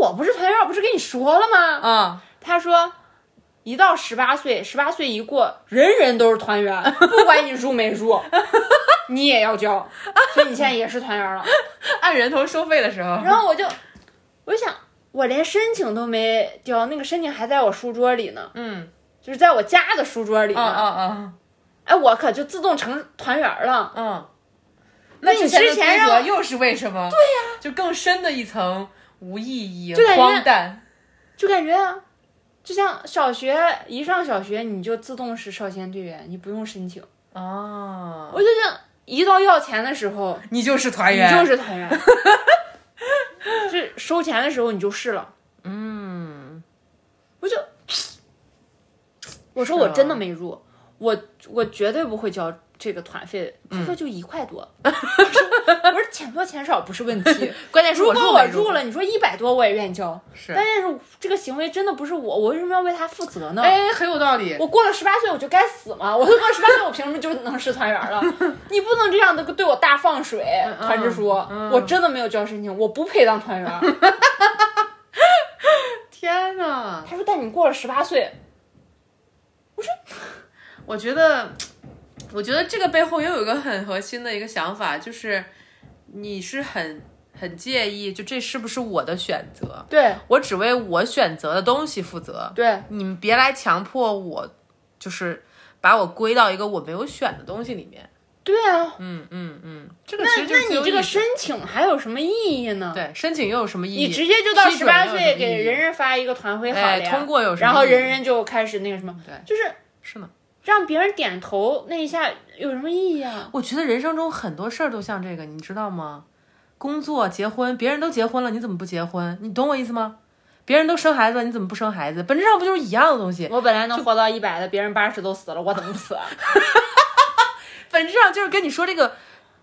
[SPEAKER 2] 我不是团员，我不是跟你说了吗？
[SPEAKER 1] 啊，
[SPEAKER 2] 他说。一到十八岁，十八岁一过，人人都是团员，不管你入没 入，你也要交，所以你现在也是团员了。
[SPEAKER 1] 按人头收费的时候，
[SPEAKER 2] 然后我就，我就想，我连申请都没交，那个申请还在我书桌里呢，
[SPEAKER 1] 嗯，
[SPEAKER 2] 就是在我家的书桌里呢。
[SPEAKER 1] 啊啊啊，
[SPEAKER 2] 哎，我可就自动成团员了。
[SPEAKER 1] 嗯。那
[SPEAKER 2] 你
[SPEAKER 1] 之前的
[SPEAKER 2] 之前
[SPEAKER 1] 规则
[SPEAKER 2] 让
[SPEAKER 1] 又是为什么？对呀、就更深的一层无意义、
[SPEAKER 2] 就感觉
[SPEAKER 1] 荒诞。
[SPEAKER 2] 就感觉啊，就像小学一上小学你就自动是少先队员，你不用申请。
[SPEAKER 1] 哦，
[SPEAKER 2] 我就想一到要钱的时候，
[SPEAKER 1] 你就是团
[SPEAKER 2] 你
[SPEAKER 1] 员，
[SPEAKER 2] 就是团员， 就收钱的时候你就是了。嗯，我就 我说
[SPEAKER 1] 是
[SPEAKER 2] 我
[SPEAKER 1] 啊
[SPEAKER 2] 真的没入，我我绝对不会交这个团费，
[SPEAKER 1] 嗯
[SPEAKER 2] 团费就一块多。 我说我说钱多钱少不是问题，
[SPEAKER 1] 关键是
[SPEAKER 2] 如
[SPEAKER 1] 我
[SPEAKER 2] 果我
[SPEAKER 1] 入
[SPEAKER 2] 入了，你说一百多我也愿意交。
[SPEAKER 1] 是
[SPEAKER 2] 但是这个行为真的不是我，我为什么要为他负责呢？
[SPEAKER 1] 哎，很有道理。
[SPEAKER 2] 我过了十八岁我就该死吗？我都过了十八岁，我凭什么就能是团员 了？你不能这样的对我大放水，团支书，我真的没有交申请，我不配当团员。
[SPEAKER 1] 天呐，
[SPEAKER 2] 他说，但你过了十八岁，
[SPEAKER 1] 我觉得，我觉得这个背后也有一个很核心的一个想法，就是你是很很介意，就这是不是我的选择？
[SPEAKER 2] 对
[SPEAKER 1] 我只为我选择的东西负责，
[SPEAKER 2] 对
[SPEAKER 1] 你们别来强迫我，就是把我归到一个我没有选的东西里面。
[SPEAKER 2] 对啊，
[SPEAKER 1] 嗯嗯嗯，这个
[SPEAKER 2] 那
[SPEAKER 1] 其实就
[SPEAKER 2] 那
[SPEAKER 1] 是自
[SPEAKER 2] 你
[SPEAKER 1] 由
[SPEAKER 2] 这个
[SPEAKER 1] 意识
[SPEAKER 2] 申请还有什么意义呢？
[SPEAKER 1] 对申请又有什么意义？
[SPEAKER 2] 你直接就到
[SPEAKER 1] 批
[SPEAKER 2] 十
[SPEAKER 1] 准
[SPEAKER 2] 八
[SPEAKER 1] 又有
[SPEAKER 2] 岁
[SPEAKER 1] 什么意
[SPEAKER 2] 给
[SPEAKER 1] 义
[SPEAKER 2] 人人发一个团徽好了
[SPEAKER 1] 哎
[SPEAKER 2] 呀，
[SPEAKER 1] 通过有什么意义？
[SPEAKER 2] 然后人人就开始那个什么，
[SPEAKER 1] 对
[SPEAKER 2] 就是
[SPEAKER 1] 是呢。
[SPEAKER 2] 让别人点头那一下有什么意义啊？
[SPEAKER 1] 我觉得人生中很多事儿都像这个，你知道吗？工作、结婚，别人都结婚了，你怎么不结婚？你懂我意思吗？别人都生孩子了，你怎么不生孩子？本质上不就是一样的东西？
[SPEAKER 2] 我本来能活到一百的，别人八十都死了，我怎么不死啊？
[SPEAKER 1] 本质上就是跟你说这个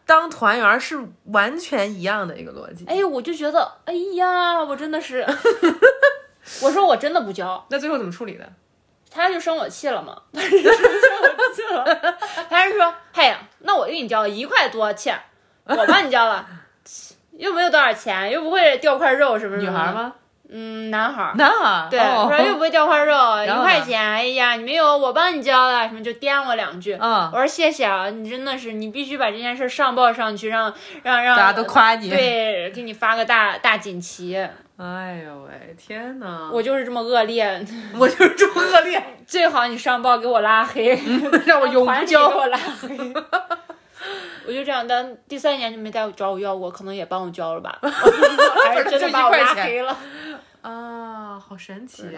[SPEAKER 1] 当团员是完全一样的一个逻辑。
[SPEAKER 2] 哎，我就觉得，哎呀，我真的是， 我说我真的不交，
[SPEAKER 1] 那最后怎么处理的？
[SPEAKER 2] 他就生我气了嘛，他就生我气了，他就说：“嘿呀，那我给你交了一块多，切，我帮你交了，又没有多少钱，又不会掉块肉什么什
[SPEAKER 1] 女
[SPEAKER 2] 么。”
[SPEAKER 1] 孩？吗？
[SPEAKER 2] 嗯，男孩儿。
[SPEAKER 1] 那
[SPEAKER 2] 对，
[SPEAKER 1] 哦
[SPEAKER 2] 我说又不会掉块肉，一
[SPEAKER 1] 然后呢
[SPEAKER 2] 块钱，哎呀，你没有，我帮你交了，什么就颠我两句。
[SPEAKER 1] 嗯，
[SPEAKER 2] 我说谢谢啊，你真的是，你必须把这件事上报上去，让让让
[SPEAKER 1] 大家都夸你。，
[SPEAKER 2] 对，给你发个大大锦旗。
[SPEAKER 1] 哎呦喂，天哪！
[SPEAKER 2] 我就是这么恶劣，
[SPEAKER 1] 我就是这么恶 劣，
[SPEAKER 2] 最好你上报给我拉黑。
[SPEAKER 1] 嗯让 我永
[SPEAKER 2] 团
[SPEAKER 1] 无
[SPEAKER 2] 体给
[SPEAKER 1] 交。
[SPEAKER 2] 我拉黑。我就这样，但第三年就没再找我要过，可能也帮我交 了吧，还是真的把我拉黑了。
[SPEAKER 1] 啊，好神奇
[SPEAKER 2] 是的！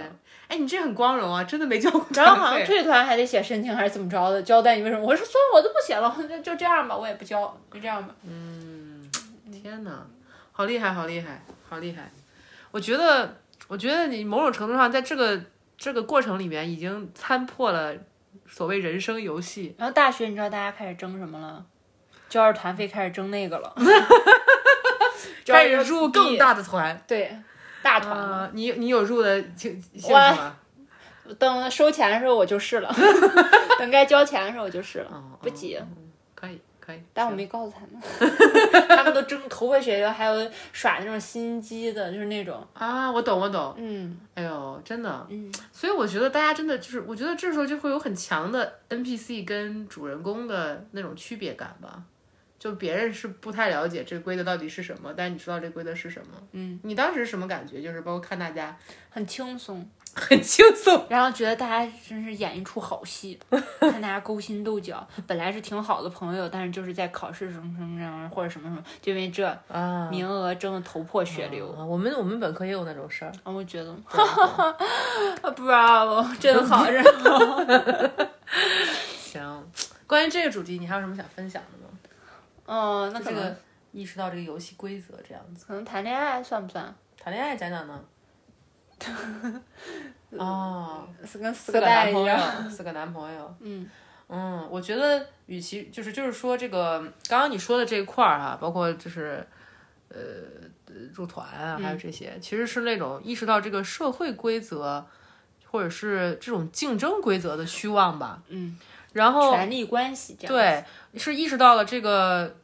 [SPEAKER 1] 哎，你这很光荣啊，真的没交过
[SPEAKER 2] 然后好
[SPEAKER 1] 团
[SPEAKER 2] 像
[SPEAKER 1] 费。
[SPEAKER 2] 退团还得写申请还是怎么着的，交代你为什么。我说算了，我都不写了，就就这样吧，我也不交，就这样吧。
[SPEAKER 1] 天哪，好厉害，好厉害，好厉害！我觉得，我觉得你某种程度上在这个这个过程里面已经参破了所谓人生游戏。
[SPEAKER 2] 然后大学你知道大家开始争什么了？交着团费开始争那 个了，
[SPEAKER 1] 开始入更大的团。
[SPEAKER 2] 对大团了。
[SPEAKER 1] 啊，你你有入的兴兴趣
[SPEAKER 2] 我
[SPEAKER 1] 吗？
[SPEAKER 2] 等收钱的时候我就是 了，等该交钱的时候我就是了，
[SPEAKER 1] 嗯
[SPEAKER 2] 不急。
[SPEAKER 1] 可以可以，
[SPEAKER 2] 但我没告诉 他们，他们都争头破血流，还有耍那种心机的，就是那种，
[SPEAKER 1] 啊，我懂我懂。
[SPEAKER 2] 嗯
[SPEAKER 1] 哎呦，真的，
[SPEAKER 2] 嗯，
[SPEAKER 1] 所以我觉得大家真的就是，我觉得这时候就会有很强的 NPC 跟主人公的那种区别感吧。就别人是不太了解这个规则到底是什么，但是你知道这个规则是什么。嗯，你当时是什么感觉？就是包括看大家
[SPEAKER 2] 很轻松，
[SPEAKER 1] 很轻松，
[SPEAKER 2] 然后觉得大家真是演一出好 戏，看大家勾心斗角，本来是挺好的朋友，但是就是在考试什么什么什么或者什么什么，就因为这
[SPEAKER 1] 啊，
[SPEAKER 2] 名额争的头破血流。
[SPEAKER 1] 我们我们本科也有那种事儿，
[SPEAKER 2] 然后我觉得
[SPEAKER 1] 嗯
[SPEAKER 2] 啊 ，bravo，真好，真好。
[SPEAKER 1] 行。关于这个主题，你还有什么想分享的吗？
[SPEAKER 2] 嗯，那
[SPEAKER 1] 这
[SPEAKER 2] 可能
[SPEAKER 1] 个意识到这个游戏规则这样子，
[SPEAKER 2] 可能谈恋爱算不算？
[SPEAKER 1] 谈恋爱讲讲 呢？哦，
[SPEAKER 2] 是跟四
[SPEAKER 1] 四个
[SPEAKER 2] 代
[SPEAKER 1] 男
[SPEAKER 2] 一
[SPEAKER 1] 朋
[SPEAKER 2] 样。
[SPEAKER 1] 友，四个男朋友。
[SPEAKER 2] 嗯
[SPEAKER 1] 嗯，我觉得与其就是就是说这个刚刚你说的这一块儿、哈，包括就是呃入团啊，
[SPEAKER 2] 嗯
[SPEAKER 1] 还有这些，其实是那种意识到这个社会规则或者是这种竞争规则的虚妄吧。
[SPEAKER 2] 嗯，
[SPEAKER 1] 然后
[SPEAKER 2] 权力关系这样。
[SPEAKER 1] 对，是意识到了这个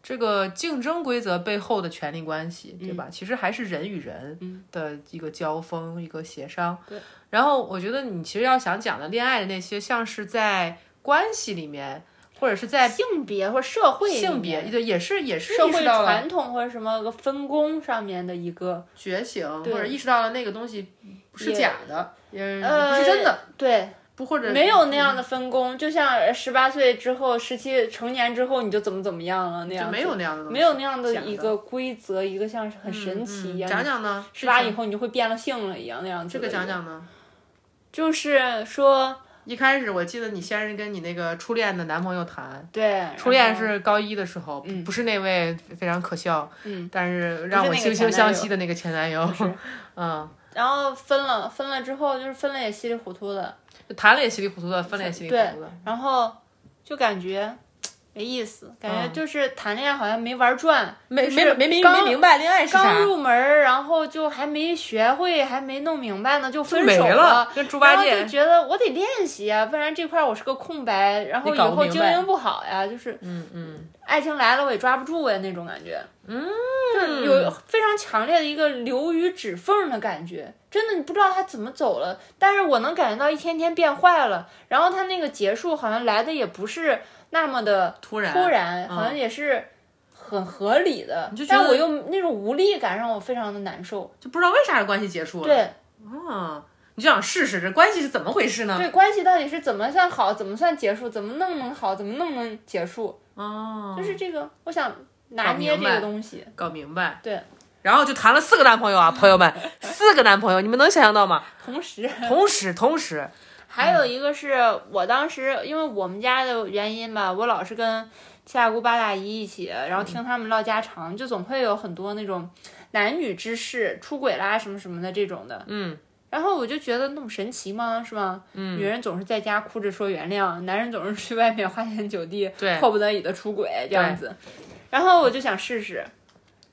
[SPEAKER 1] 这个竞争规则背后的权力关系，对
[SPEAKER 2] 嗯
[SPEAKER 1] 吧？其实还是人与人的一个交锋，一个协商。对。然后我觉得你其实要想讲的恋爱的那些，像是在关系里面，或者是在
[SPEAKER 2] 性别或者社会里
[SPEAKER 1] 性
[SPEAKER 2] 面
[SPEAKER 1] 别，对，也是也是
[SPEAKER 2] 社
[SPEAKER 1] 意
[SPEAKER 2] 会
[SPEAKER 1] 识到了
[SPEAKER 2] 传统或者什么个分工上面的一个
[SPEAKER 1] 觉醒，或
[SPEAKER 2] 对
[SPEAKER 1] 者意识到了那个东西不是
[SPEAKER 2] 也
[SPEAKER 1] 假的，也
[SPEAKER 2] 呃
[SPEAKER 1] 不是真的，
[SPEAKER 2] 对，
[SPEAKER 1] 不或者
[SPEAKER 2] 没有那样的分工，就像十八岁之后、十七成年之后你就怎么怎么样了那
[SPEAKER 1] 就
[SPEAKER 2] 样，
[SPEAKER 1] 没有那样的东西，
[SPEAKER 2] 没有那样的
[SPEAKER 1] 假
[SPEAKER 2] 一个规则，一个像是很神奇
[SPEAKER 1] 嗯
[SPEAKER 2] 一样。
[SPEAKER 1] 讲讲呢？
[SPEAKER 2] 十八以后你就会变了性了一样那样子
[SPEAKER 1] 这个
[SPEAKER 2] 的一个，
[SPEAKER 1] 讲讲呢？
[SPEAKER 2] 就是说
[SPEAKER 1] 一开始我记得你先是跟你那个初恋的男朋友谈，
[SPEAKER 2] 对
[SPEAKER 1] 初恋是高一的时候，不不是那位非常可笑，
[SPEAKER 2] 嗯
[SPEAKER 1] 但是让我
[SPEAKER 2] 不是那个
[SPEAKER 1] 惺
[SPEAKER 2] 前
[SPEAKER 1] 惺
[SPEAKER 2] 男
[SPEAKER 1] 相
[SPEAKER 2] 友
[SPEAKER 1] 惜的那个前男友，嗯，
[SPEAKER 2] 然后，然后分了分了之后就是分了也稀里糊涂的，
[SPEAKER 1] 就谈了也稀里糊涂的，分了也稀里糊涂的，
[SPEAKER 2] 然后就感觉没意思，感
[SPEAKER 1] 嗯
[SPEAKER 2] 觉就是谈恋爱好像没玩转，
[SPEAKER 1] 没
[SPEAKER 2] 就
[SPEAKER 1] 没
[SPEAKER 2] 是
[SPEAKER 1] 没没
[SPEAKER 2] 刚
[SPEAKER 1] 没明白恋爱是啥
[SPEAKER 2] 刚，入门儿，然后就还没学会，还没弄明白呢，就分
[SPEAKER 1] 没
[SPEAKER 2] 手
[SPEAKER 1] 了，跟猪
[SPEAKER 2] 然
[SPEAKER 1] 八
[SPEAKER 2] 后就
[SPEAKER 1] 戒，
[SPEAKER 2] 觉得我得练习啊，不然这块儿我是个空白，然后
[SPEAKER 1] 你
[SPEAKER 2] 以
[SPEAKER 1] 搞不
[SPEAKER 2] 后
[SPEAKER 1] 明
[SPEAKER 2] 经
[SPEAKER 1] 白
[SPEAKER 2] 营不好呀，就是
[SPEAKER 1] 嗯嗯，
[SPEAKER 2] 爱情来了我也抓不住呀那种感觉，嗯，就有非常强烈的一个流于指缝的感觉，真的你不知道他怎么走了，但是我能感觉到一天天变坏了，然后他那个结束好像来的也不是那么的
[SPEAKER 1] 突然嗯
[SPEAKER 2] 突然，好像也是很合理的，
[SPEAKER 1] 就觉得
[SPEAKER 2] 但我又那种无力感让我非常的难受，
[SPEAKER 1] 就不知道为啥这关系结束了，
[SPEAKER 2] 对，
[SPEAKER 1] 啊，你就想试试这关系是怎么回事呢？
[SPEAKER 2] 对关系到底是怎么算好，怎么算结束，怎么弄能好，怎么弄能结束，
[SPEAKER 1] 哦，
[SPEAKER 2] 就是这个，我想拿捏这
[SPEAKER 1] 搞明
[SPEAKER 2] 个
[SPEAKER 1] 白
[SPEAKER 2] 东西。
[SPEAKER 1] 搞明白。
[SPEAKER 2] 对，
[SPEAKER 1] 然后就谈了四个男朋友啊，朋友 们，四个男朋友，你们能想象到吗？
[SPEAKER 2] 同时
[SPEAKER 1] 同时，同时，
[SPEAKER 2] 还
[SPEAKER 1] 嗯
[SPEAKER 2] 有一个是我当时因为我们家的原因吧，我老是跟七大姑八大姨一起，然
[SPEAKER 1] 嗯
[SPEAKER 2] 后听他们唠家常，就总会有很多那种男女之事、出轨啦什么什么的这种的。
[SPEAKER 1] 嗯，
[SPEAKER 2] 然后我就觉得那么神奇吗？是吗？嗯，女人总是在家哭着说原谅，男人总是去外面花天酒地，
[SPEAKER 1] 对
[SPEAKER 2] 迫不得已的出轨这样子。然后我就想试试，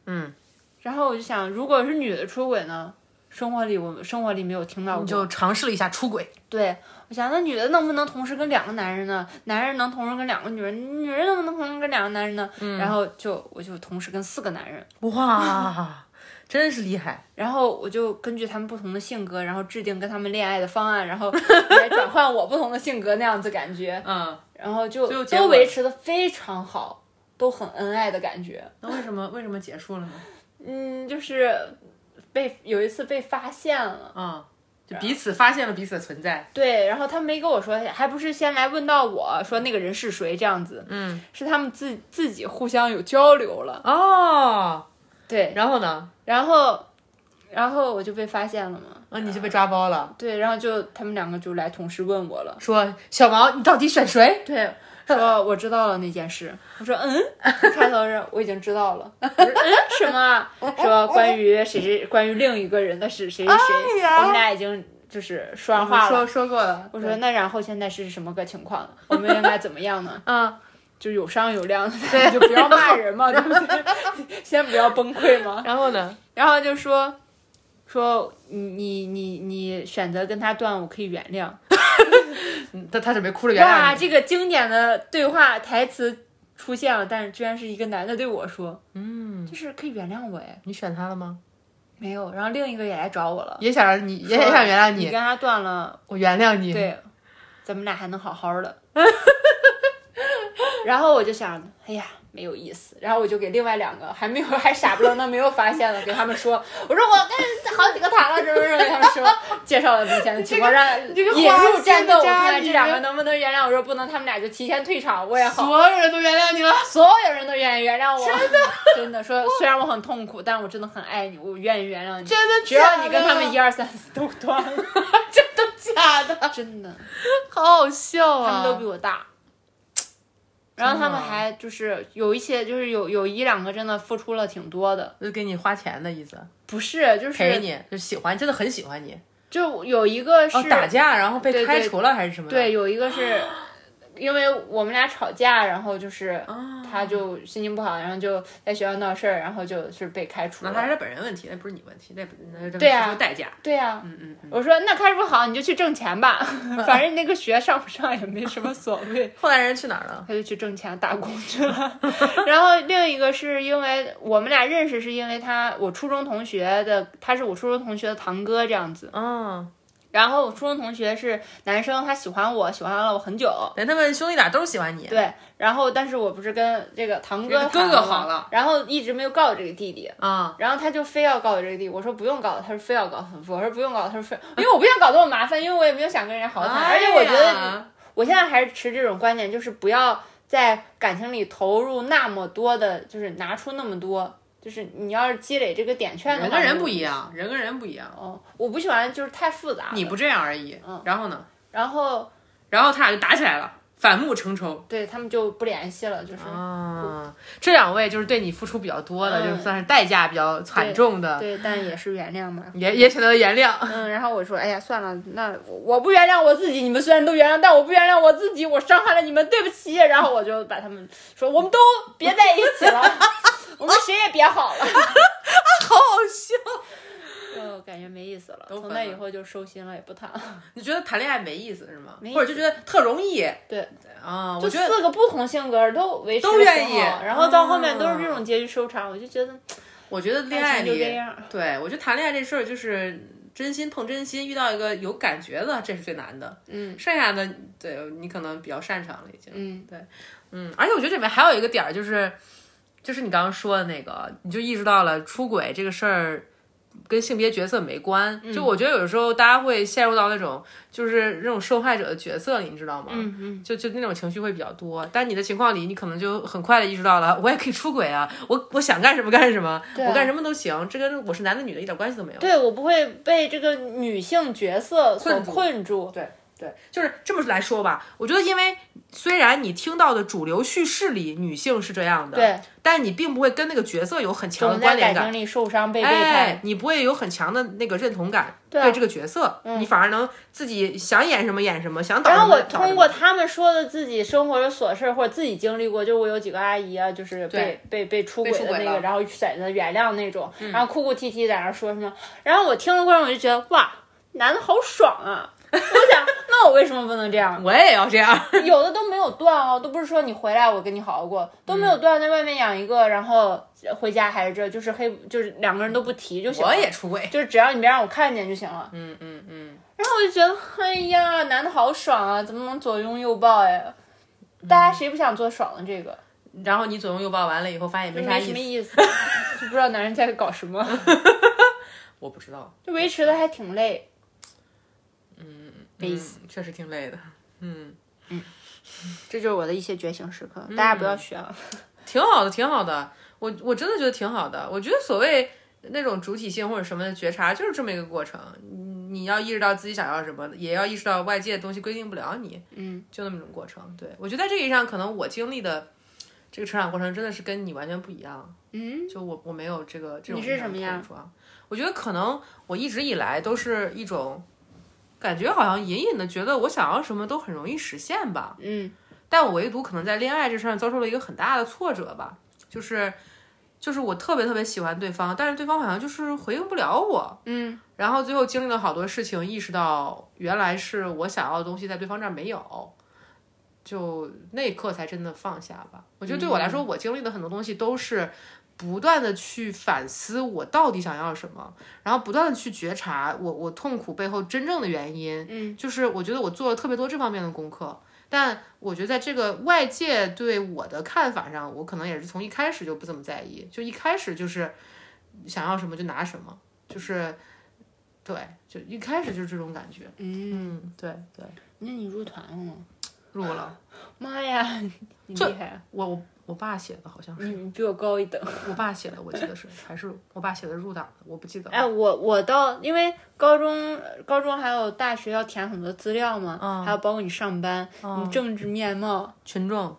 [SPEAKER 1] 嗯，
[SPEAKER 2] 然后我就想，如果是女的出轨呢？生活里我生活里没有听到过，
[SPEAKER 1] 就尝试了一下出轨。
[SPEAKER 2] 对，我想那女的能不能同时跟两个男人呢？男人能同时跟两个女人，女人能不能同时跟两个男人呢？然后就我就同时跟四个男人，
[SPEAKER 1] 哇，真是厉害！
[SPEAKER 2] 然后我就根据他们不同的性格，然后制定跟他们恋爱的方案， 然后来转换我不同的性格那样子感觉，
[SPEAKER 1] 嗯，
[SPEAKER 2] 然后就
[SPEAKER 1] 最后结
[SPEAKER 2] 都
[SPEAKER 1] 果
[SPEAKER 2] 维持的非常好，都很恩爱的感觉。
[SPEAKER 1] 那为什么为什么结束了呢？
[SPEAKER 2] 嗯，就是被有一次被发现了。
[SPEAKER 1] 嗯，就彼此发现了彼此的存在。
[SPEAKER 2] 对，然后他没跟我说，还不是先来问到我说那个人是谁这样子，
[SPEAKER 1] 嗯，
[SPEAKER 2] 是他们自自己互相有交流了，
[SPEAKER 1] 哦，
[SPEAKER 2] 对，
[SPEAKER 1] 然后呢？
[SPEAKER 2] 然后，然后我就被发现了嘛，
[SPEAKER 1] 啊，你就被抓包了，
[SPEAKER 2] 对，然后就他们两个就来同时问我了，
[SPEAKER 1] 说小毛，你到底选谁？
[SPEAKER 2] 对，说我知道了那件事，我说嗯，开头是我已经知道了，我说嗯什么啊，说关于谁谁关于另一个人的事谁谁谁，
[SPEAKER 1] 哎呀
[SPEAKER 2] 我们俩已经就是说上话了
[SPEAKER 1] 说。说过了。
[SPEAKER 2] 我说那然后现在是什么个情况？我们应该怎么样呢？
[SPEAKER 1] 嗯，
[SPEAKER 2] 就有商有量，对， 就不要骂人嘛，对不对？ 先不要崩溃嘛。
[SPEAKER 1] 然后呢？
[SPEAKER 2] 然后就说说你你你你选择跟他断，我可以原谅。
[SPEAKER 1] 嗯他他准备哭着原
[SPEAKER 2] 哇，
[SPEAKER 1] 谅你。
[SPEAKER 2] 这个经典的对话台词出现了，但是居然是一个男的对我说，嗯，就是可以原谅我哎，
[SPEAKER 1] 你选他了吗？
[SPEAKER 2] 没有。然后另一个也来找我了，
[SPEAKER 1] 也想让你，也想原谅
[SPEAKER 2] 你
[SPEAKER 1] 你，
[SPEAKER 2] 跟他断了，
[SPEAKER 1] 我原谅你。，
[SPEAKER 2] 对，咱们俩还能好好的。 然后我就想，哎呀，没有意思。然后我就给另外两个还没有还傻不愣登没有发现的，给他们说，我说我跟好几个谈了，什么什么，给他们说介绍了目前的情况，让
[SPEAKER 1] 这个
[SPEAKER 2] 引
[SPEAKER 1] 花
[SPEAKER 2] 入
[SPEAKER 1] 心
[SPEAKER 2] 战斗，
[SPEAKER 1] 的
[SPEAKER 2] 我
[SPEAKER 1] 家
[SPEAKER 2] 看看这
[SPEAKER 1] 里
[SPEAKER 2] 两个
[SPEAKER 1] 面
[SPEAKER 2] 能不能原谅我。说不能，他们俩就提前退场，我也好。
[SPEAKER 1] 所有人都原谅你了。
[SPEAKER 2] 所有人都愿意原谅我，真的 真的说，虽然我很痛苦，但我真的很爱你，我愿意原谅你。
[SPEAKER 1] 真的
[SPEAKER 2] 只要
[SPEAKER 1] 假
[SPEAKER 2] 你跟他们
[SPEAKER 1] 的
[SPEAKER 2] 一二三四都断 了，
[SPEAKER 1] 真的假的？
[SPEAKER 2] 真的。
[SPEAKER 1] 好好笑
[SPEAKER 2] 他们
[SPEAKER 1] 啊！
[SPEAKER 2] 都比我大。然后他们
[SPEAKER 1] 真的啊
[SPEAKER 2] 还就是有一些，就是有有一两个真的付出了挺多的，
[SPEAKER 1] 就给你花钱的意思，
[SPEAKER 2] 不是就
[SPEAKER 1] 陪
[SPEAKER 2] 是
[SPEAKER 1] 你，就喜欢，真的很喜欢你。
[SPEAKER 2] 就有一个是、
[SPEAKER 1] 哦，打架然后
[SPEAKER 2] 对
[SPEAKER 1] 被
[SPEAKER 2] 对
[SPEAKER 1] 开除了还是什么的？
[SPEAKER 2] 对，有一 个是因为我们俩吵架，然后就是
[SPEAKER 1] 哦
[SPEAKER 2] 他就心情不好，然后就在学校闹事儿，然后就是被开除
[SPEAKER 1] 那还
[SPEAKER 2] 了。
[SPEAKER 1] 是他本人问题，那不是你问题，那那这
[SPEAKER 2] 对啊
[SPEAKER 1] 付出代价。
[SPEAKER 2] 对呀、
[SPEAKER 1] 嗯嗯嗯。
[SPEAKER 2] 我说那开除好你就去挣 钱吧，反正那个学上不上也没什么所谓。
[SPEAKER 1] 后来人去哪儿了？
[SPEAKER 2] 他就去挣钱打工去了。 然后另一个是因为我们俩认识，是因为他我初中同学的，他是我初中同学的堂哥这样子。
[SPEAKER 1] 嗯，
[SPEAKER 2] 然后我初中同学是男生，他喜欢我，喜欢了我很久。
[SPEAKER 1] 连他们兄弟俩都喜欢你。
[SPEAKER 2] 对，然后但是我不是跟这个堂哥
[SPEAKER 1] 跟哥哥
[SPEAKER 2] 谈
[SPEAKER 1] 好
[SPEAKER 2] 吗
[SPEAKER 1] 了，
[SPEAKER 2] 然后一直没有告这个弟弟。
[SPEAKER 1] 啊，
[SPEAKER 2] 然后他就非要告我这个弟，我说不用告，他说非要告，我说不用告，他说非，因为我不想搞这么麻烦，因为我也没有想跟人家好好谈，而且我觉
[SPEAKER 1] 哎
[SPEAKER 2] 得
[SPEAKER 1] 呀
[SPEAKER 2] 我现在还是持这种观点，就是不要在感情里投入那么多的，就是拿出那么多，就是你要是积累这个点券的话，
[SPEAKER 1] 哎人跟人不一。样，人跟人不一样，
[SPEAKER 2] 哦，我不喜欢就是太复杂的。
[SPEAKER 1] 你不这样而已。然后呢？
[SPEAKER 2] 然后
[SPEAKER 1] 然后他俩就打起来了，反目成仇。
[SPEAKER 2] 对他们就不联系了，就是、
[SPEAKER 1] 啊，这两位就是对你付出比较多的，
[SPEAKER 2] 嗯
[SPEAKER 1] 就算是代价比较惨重的，
[SPEAKER 2] 对，但也是原谅嘛。
[SPEAKER 1] 也也选择了原谅。
[SPEAKER 2] 嗯，然后我说，哎呀，算了，那我我不原谅我自己，你们虽然都原谅，但我不原谅我自己，我伤害了你们，对不起。然后我就把他们说，我们都别在一起了， 我们谁也别好了，
[SPEAKER 1] 好好 笑。
[SPEAKER 2] 就感觉没意思了。
[SPEAKER 1] 都
[SPEAKER 2] 从
[SPEAKER 1] 分
[SPEAKER 2] 那
[SPEAKER 1] 了
[SPEAKER 2] 以后就收心了，也不谈了。
[SPEAKER 1] 你觉得谈恋爱没意思是吗？
[SPEAKER 2] 没意思
[SPEAKER 1] 或者就觉得特容易？
[SPEAKER 2] 对
[SPEAKER 1] 啊，
[SPEAKER 2] 就
[SPEAKER 1] 我觉得
[SPEAKER 2] 四个不同性格都维持
[SPEAKER 1] 都
[SPEAKER 2] 得
[SPEAKER 1] 愿
[SPEAKER 2] 挺
[SPEAKER 1] 意
[SPEAKER 2] 好然后到后面都是
[SPEAKER 1] 嗯
[SPEAKER 2] 这种结局收场，我就觉得
[SPEAKER 1] 我觉得恋
[SPEAKER 2] 爱
[SPEAKER 1] 爱
[SPEAKER 2] 情就这
[SPEAKER 1] 里，
[SPEAKER 2] 样。
[SPEAKER 1] 对我觉得谈恋爱这事儿就是真心碰真心，遇到一个有感觉的，这是最难的。
[SPEAKER 2] 嗯
[SPEAKER 1] 剩下的，对你可能比较擅长了已经。
[SPEAKER 2] 嗯，
[SPEAKER 1] 嗯，而且我觉得这里面还有一个点儿，就是就是你刚刚说的那个，你就意识到了出轨这个事儿，跟性别角色没关。
[SPEAKER 2] 嗯
[SPEAKER 1] 就我觉得有时候大家会陷入到那种就是那种受害者的角色里，你知道吗？
[SPEAKER 2] 嗯嗯，
[SPEAKER 1] 就就那种情绪会比较多。但你的情况里，你可能就很快的意识到了，我也可以出轨啊，我我想干什么干什么，
[SPEAKER 2] 啊
[SPEAKER 1] 我干什么都行，这跟我是男的女的一点关系都没有。
[SPEAKER 2] 对我不会被这个女性角色所
[SPEAKER 1] 困住
[SPEAKER 2] 困住。
[SPEAKER 1] 对对，就是这么来说吧。我觉得，因为虽然你听到的主流叙事里女性是这样的，
[SPEAKER 2] 对，
[SPEAKER 1] 但你并不会跟那个角色有很强
[SPEAKER 2] 我
[SPEAKER 1] 的
[SPEAKER 2] 们在
[SPEAKER 1] 关联
[SPEAKER 2] 感
[SPEAKER 1] 感
[SPEAKER 2] 情。里受伤被背
[SPEAKER 1] 哎
[SPEAKER 2] 叛，，
[SPEAKER 1] 你不会有很强的那个认同感
[SPEAKER 2] 对啊
[SPEAKER 1] 这个角色，你反而能自己想演什么演什么，想导
[SPEAKER 2] 然
[SPEAKER 1] 什
[SPEAKER 2] 后
[SPEAKER 1] 么
[SPEAKER 2] 我
[SPEAKER 1] 导什
[SPEAKER 2] 通
[SPEAKER 1] 么。
[SPEAKER 2] 过他们说的自己生活的琐事儿或者自己经历过，就是我有几个阿姨啊，就是被被被出轨
[SPEAKER 1] 出
[SPEAKER 2] 的
[SPEAKER 1] 轨
[SPEAKER 2] 那个，
[SPEAKER 1] 了嗯
[SPEAKER 2] 然后选择原谅那种，然后哭哭啼啼在那儿说什么，然后我听了过程我就觉得哇，男的好爽 啊！我想，那我为什么不能这样？
[SPEAKER 1] 我也要这样，
[SPEAKER 2] 有的都没有断哦，都不是说你回来我跟你好好过，都没有
[SPEAKER 1] 嗯
[SPEAKER 2] 断，在外面养一个，然后回家还是这，就是黑，就是两个人都不提就行了。
[SPEAKER 1] 我 也出轨。
[SPEAKER 2] 就是只要你别让我看见就行了。
[SPEAKER 1] 嗯嗯嗯，
[SPEAKER 2] 然后我就觉得，哎呀，男的好爽啊，怎么能左拥右抱呀？大家谁不想做爽的这个？
[SPEAKER 1] 然后你左拥右抱完了以后，发现也没啥
[SPEAKER 2] 没什
[SPEAKER 1] 意
[SPEAKER 2] 么
[SPEAKER 1] 思。
[SPEAKER 2] 意思，就不知道男人在搞什 么，
[SPEAKER 1] 我不知道，
[SPEAKER 2] 就维持的还挺累。哎没意
[SPEAKER 1] 嗯
[SPEAKER 2] 思，
[SPEAKER 1] 确实挺累的，嗯，
[SPEAKER 2] 这就是我的一些觉醒时刻，大家不要学啊。
[SPEAKER 1] 挺好的，挺好的。我我真的觉得挺好的。我觉得所谓那种主体性或者什么的觉察，就是这么一个过程。你你要意识到自己想要什么，也要意识到外界的东西规定不了你。
[SPEAKER 2] 嗯，
[SPEAKER 1] 就那么一种过程。对我觉得在这个意义上，可能我经历的这个成长过程真的是跟你完全不一样。
[SPEAKER 2] 嗯，
[SPEAKER 1] 就我我没有这个这种
[SPEAKER 2] 你是什么样
[SPEAKER 1] 碰撞？啊我觉得可能我一直以来都是一种感觉，好像隐隐的觉得我想要什么都很容易实现吧。
[SPEAKER 2] 嗯，
[SPEAKER 1] 但我唯独可能在恋爱这事儿上遭受了一个很大的挫折吧，就是就是我特别特别喜欢对方，但是对方好像就是回应不了我，
[SPEAKER 2] 嗯，
[SPEAKER 1] 然后最后经历了好多事情，意识到原来是我想要的东西在对方这儿没有，就那一刻才真的放下吧。我觉得对我来说，我经历的很多东西都是。不断的去反思我到底想要什么，然后不断的去觉察我我痛苦背后真正的原因，
[SPEAKER 2] 嗯，
[SPEAKER 1] 就是我觉得我做了特别多这方面的功课，但我觉得在这个外界对我的看法上，我可能也是从一开始就不怎么在意，就一开始就是想要什么就拿什么，就是对，就一开始就是这种感觉。嗯，对对，
[SPEAKER 2] 那你入团了吗？
[SPEAKER 1] 入了。
[SPEAKER 2] 妈呀，你厉害啊！
[SPEAKER 1] 我我我爸写的好像
[SPEAKER 2] 你
[SPEAKER 1] 是，
[SPEAKER 2] 你比我高一等。
[SPEAKER 1] 我爸写的，我记得是还是我爸写的入党的，我不记得了。
[SPEAKER 2] 哎，我我到因为高中、高中还有大学要填很多资料嘛，
[SPEAKER 1] 嗯
[SPEAKER 2] 还有包括你上班、你政治面貌，
[SPEAKER 1] 群众，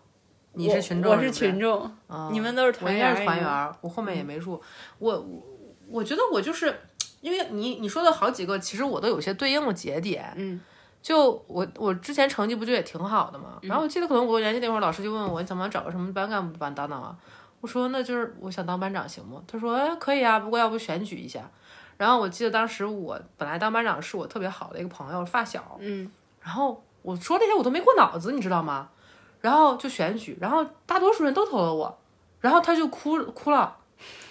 [SPEAKER 1] 你
[SPEAKER 2] 我
[SPEAKER 1] 是群众，
[SPEAKER 2] 我是群众，
[SPEAKER 1] 啊，
[SPEAKER 2] 你们都是
[SPEAKER 1] 我
[SPEAKER 2] 团
[SPEAKER 1] 应该
[SPEAKER 2] 员儿，嗯
[SPEAKER 1] 是团
[SPEAKER 2] 你
[SPEAKER 1] 员
[SPEAKER 2] 们
[SPEAKER 1] 儿，我后面也没入。我我我觉得我就是因为你你说的好几个，其实我都有些对应的节点。
[SPEAKER 2] 嗯，
[SPEAKER 1] 就我我之前成绩不就也挺好的嘛，然后我记得可能五六年级那会儿，老师就问我你怎么找个什么班干部班当当啊？我说那就是我想当班长行吗？他说哎可以啊，不过要不选举一下。然后我记得当时我本来当班长是我特别好的一个朋友发小，
[SPEAKER 2] 嗯，
[SPEAKER 1] 然后我说那些我都没过脑子，你知道吗？然后就选举，然后大多数人都投了我，然后他就哭哭了，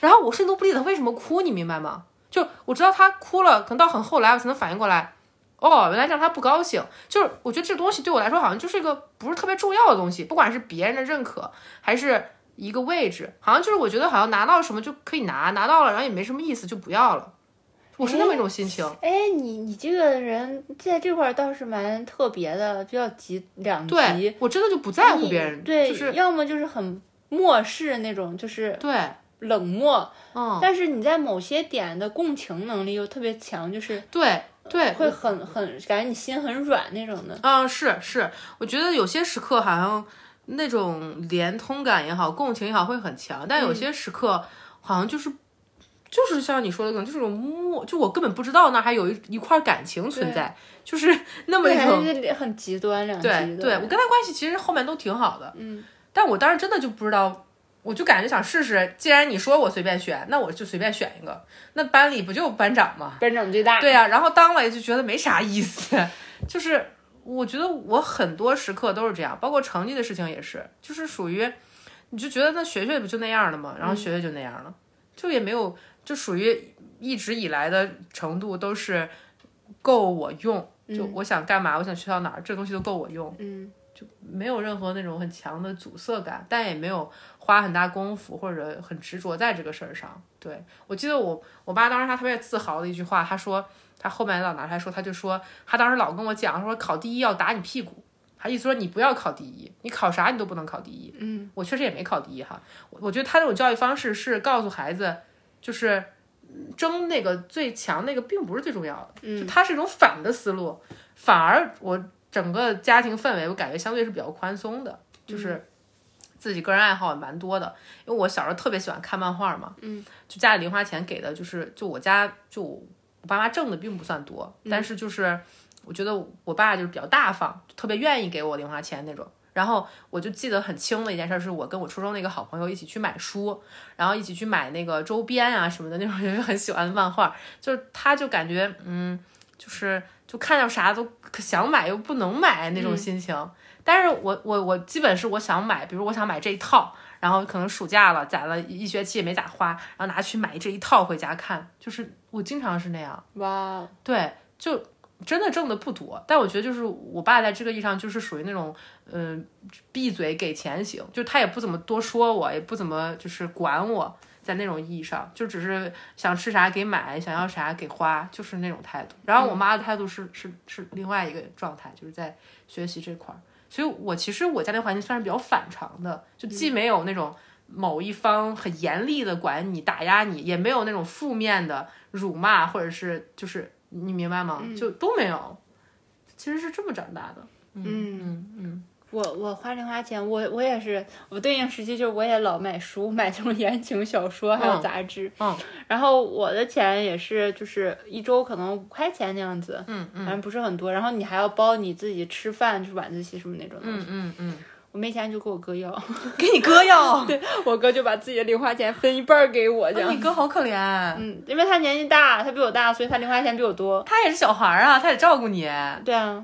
[SPEAKER 1] 然后我甚至都不理解他为什么哭，你明白吗？就我知道他哭了，可能到很后来我才能反应过来，哦，原来让他不高兴。就是我觉得这东西对我来说好像就是一个不是特别重要的东西，不管是别人的认可还是一个位置，好像就是我觉得好像拿到什么就可以拿，拿到了然后也没什么意思就不要了，我是那么一种心情。
[SPEAKER 2] 哎，你你这个人在这块儿倒是蛮特别的，比较极两极，
[SPEAKER 1] 对我真的就不在乎
[SPEAKER 2] 你
[SPEAKER 1] 别人，
[SPEAKER 2] 对，嗯
[SPEAKER 1] 就是
[SPEAKER 2] 要么就是很漠视那种，就是
[SPEAKER 1] 对。
[SPEAKER 2] 冷漠，
[SPEAKER 1] 嗯，
[SPEAKER 2] 但是你在某些点的共情能力又特别强，就是
[SPEAKER 1] 对对，
[SPEAKER 2] 会很很感觉你心很软那种的，
[SPEAKER 1] 啊、是是，我觉得有些时刻好像那种连通感也好，共情也好会很强，但有些时刻好像就是、就是像你说的，可能就是种默，就我根本不知道那还有一一块感情存在，就是那么
[SPEAKER 2] 对，
[SPEAKER 1] 一
[SPEAKER 2] 还
[SPEAKER 1] 种
[SPEAKER 2] 是很极端两极
[SPEAKER 1] 对
[SPEAKER 2] 的。
[SPEAKER 1] 对，我跟他关系其实后面都挺好的，嗯，但我当时真的就不知道，我就感觉想试试，既然你说我随便选，那我就随便选一个，那班里不就班长吗？
[SPEAKER 2] 班长最大。
[SPEAKER 1] 对呀、啊然后当了就觉得没啥意思， 就是我觉得我很多时刻都是这样，包括成绩的事情也是，就是属于你就觉得那学学不就那样了
[SPEAKER 2] 嗯
[SPEAKER 1] 吗？然后学学就那样了，就也没有就属于一直以来的程度都是够我用，就我想干嘛，我想学到哪儿，这东西都够我用，
[SPEAKER 2] 嗯，
[SPEAKER 1] 就没有任何那种很强的阻塞感，但也没有花很大功夫或者很执着在这个事儿上。对我记得我我妈当时她特别自豪的一句话，她说她后面老拿出来说，她就说她当时老跟我讲说考第一要打你屁股，她意思说你不要考第一，你考啥你都不能考第一。嗯，我确实也没考第一哈，我我觉得她这种教育方式是告诉孩子就是。争那个最强那个并不是最重要的，就它是一种反的思路，反而我整个家庭氛围我感觉相对是比较宽松的，就是自己个人爱好也蛮多的，因为我小时候特别喜欢看漫画嘛，嗯，就家里零花钱给的就是就我家就我爸妈挣的并不算多，但是就是我觉得我爸就是比较大方，特别愿意给我零花钱那种。然后我就记得很清的一件事，是我跟我初中那个好朋友一起去买书，然后一起去买那个周边啊什么的那种，因 为很喜欢漫画，就是他就感觉嗯，就是就看到啥都可想买又不能买那种心情。但是我我我基本是我想买，比如我想买这一套，然后可能暑假了攒了一学期也没咋花，然后拿去买这一套回家看，就是我经常是那样。
[SPEAKER 2] 哇，
[SPEAKER 1] 对，就真的挣的不多，但我觉得就是我爸在这个意义上就是属于那种，嗯、闭嘴给钱型，就他也不怎么多说我，也不怎么就是管我，在那种意义上，就只是想吃啥给买，想要啥给花，就是那种态度。然后我妈的态度是、是是另外一个状态，就是在学习这块儿。所以我其实我家庭环境算是比较反常的，就既没有那种。某一方很严厉的管你、打压你，也没有那种负面的辱骂或者是就是你明白吗？就都没有，其实是这么长大的。嗯嗯
[SPEAKER 2] 我我花零花钱，我我也是，我对应时期就是我也老买书，买这种言情小说还有杂志，
[SPEAKER 1] 嗯
[SPEAKER 2] 然后我的钱也是就是一周可能五块钱那样子，
[SPEAKER 1] 嗯
[SPEAKER 2] 反正不是很多，然后你还要包你自己吃饭，就是晚自习什么那种东西。
[SPEAKER 1] 嗯嗯嗯
[SPEAKER 2] 我没钱就给我哥要，
[SPEAKER 1] 嗯，给你哥 要，对，
[SPEAKER 2] 我哥就把自己的零花钱分一半儿给 我，这样。
[SPEAKER 1] 你哥好可怜，
[SPEAKER 2] 嗯，因为他年纪大，他比我大，所以他零花钱比我多。
[SPEAKER 1] 他也是小孩儿啊，他得照顾你，
[SPEAKER 2] 对啊，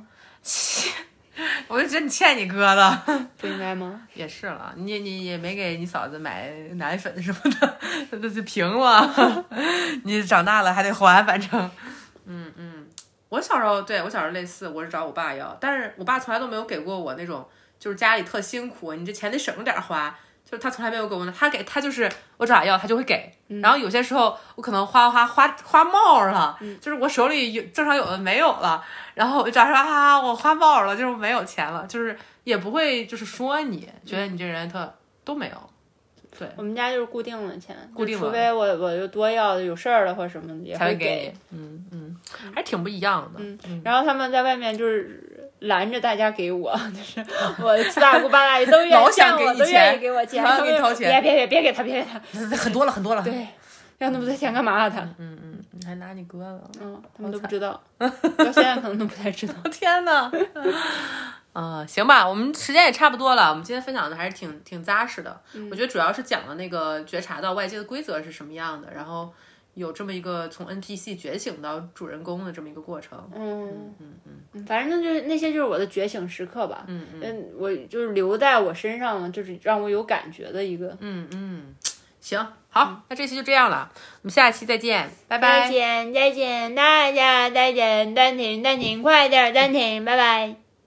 [SPEAKER 1] 我就觉得你欠你哥的。
[SPEAKER 2] 不应该吗？
[SPEAKER 1] 也是了，你你也没给你嫂子买奶粉什么的， 那就平了。 你长大了还得还，反正，嗯嗯。我小时候对我小时候类似，我是找我爸要，但是我爸从来都没有给过我那种，就是家里特辛苦，你这钱得省着点花，就是他从来没有给我那，他给他就是我找他要，他就会给。然后有些时候我可能花花花花冒了，就是我手里有正常有的没有了，然后我就找他说啊，我花冒了，就是没有钱了，就是也不会就是说你觉得你这人特都没有，对，
[SPEAKER 2] 我们家就是固定的钱，
[SPEAKER 1] 固定
[SPEAKER 2] 就除
[SPEAKER 1] 了
[SPEAKER 2] 非我我就多要有事儿了或者什么的也
[SPEAKER 1] 才
[SPEAKER 2] 会
[SPEAKER 1] 会给你，嗯嗯，还挺不一样的，嗯
[SPEAKER 2] 给然后他们在外面就是拦着大家给我， 就是我七大姑八大姨都愿
[SPEAKER 1] 老
[SPEAKER 2] 意
[SPEAKER 1] 想
[SPEAKER 2] 见
[SPEAKER 1] 给
[SPEAKER 2] 我，
[SPEAKER 1] 你
[SPEAKER 2] 都愿
[SPEAKER 1] 钱
[SPEAKER 2] 意给我钱，
[SPEAKER 1] 然后
[SPEAKER 2] 他
[SPEAKER 1] 给
[SPEAKER 2] 们
[SPEAKER 1] 你掏钱
[SPEAKER 2] 别别别别给他，别给他，
[SPEAKER 1] 嗯很多了很多了，
[SPEAKER 2] 对，要那么多钱干嘛啊他？
[SPEAKER 1] 嗯嗯，你还拿你哥 了，
[SPEAKER 2] 嗯，他们都不知 道，到现在可能都不太知道。
[SPEAKER 1] 我天 呐，啊、行吧，我们时间也差不多了。我们今天分享的还是挺挺扎实的，我觉得主要是讲了那个觉察到外界的规则是什么样的，然后有这么一个从 NPC 觉醒到主人公的这么一个过程。
[SPEAKER 2] 嗯嗯嗯，反正就是那些就是我的觉醒时刻吧。嗯嗯，我就是留在我身上了，就是让我有感觉的一个。
[SPEAKER 1] 嗯嗯，行，好，那这期就这样了，我们下期再见，拜拜。
[SPEAKER 2] 再见再见，大家再见，暂停暂停，快点儿暂停，拜拜。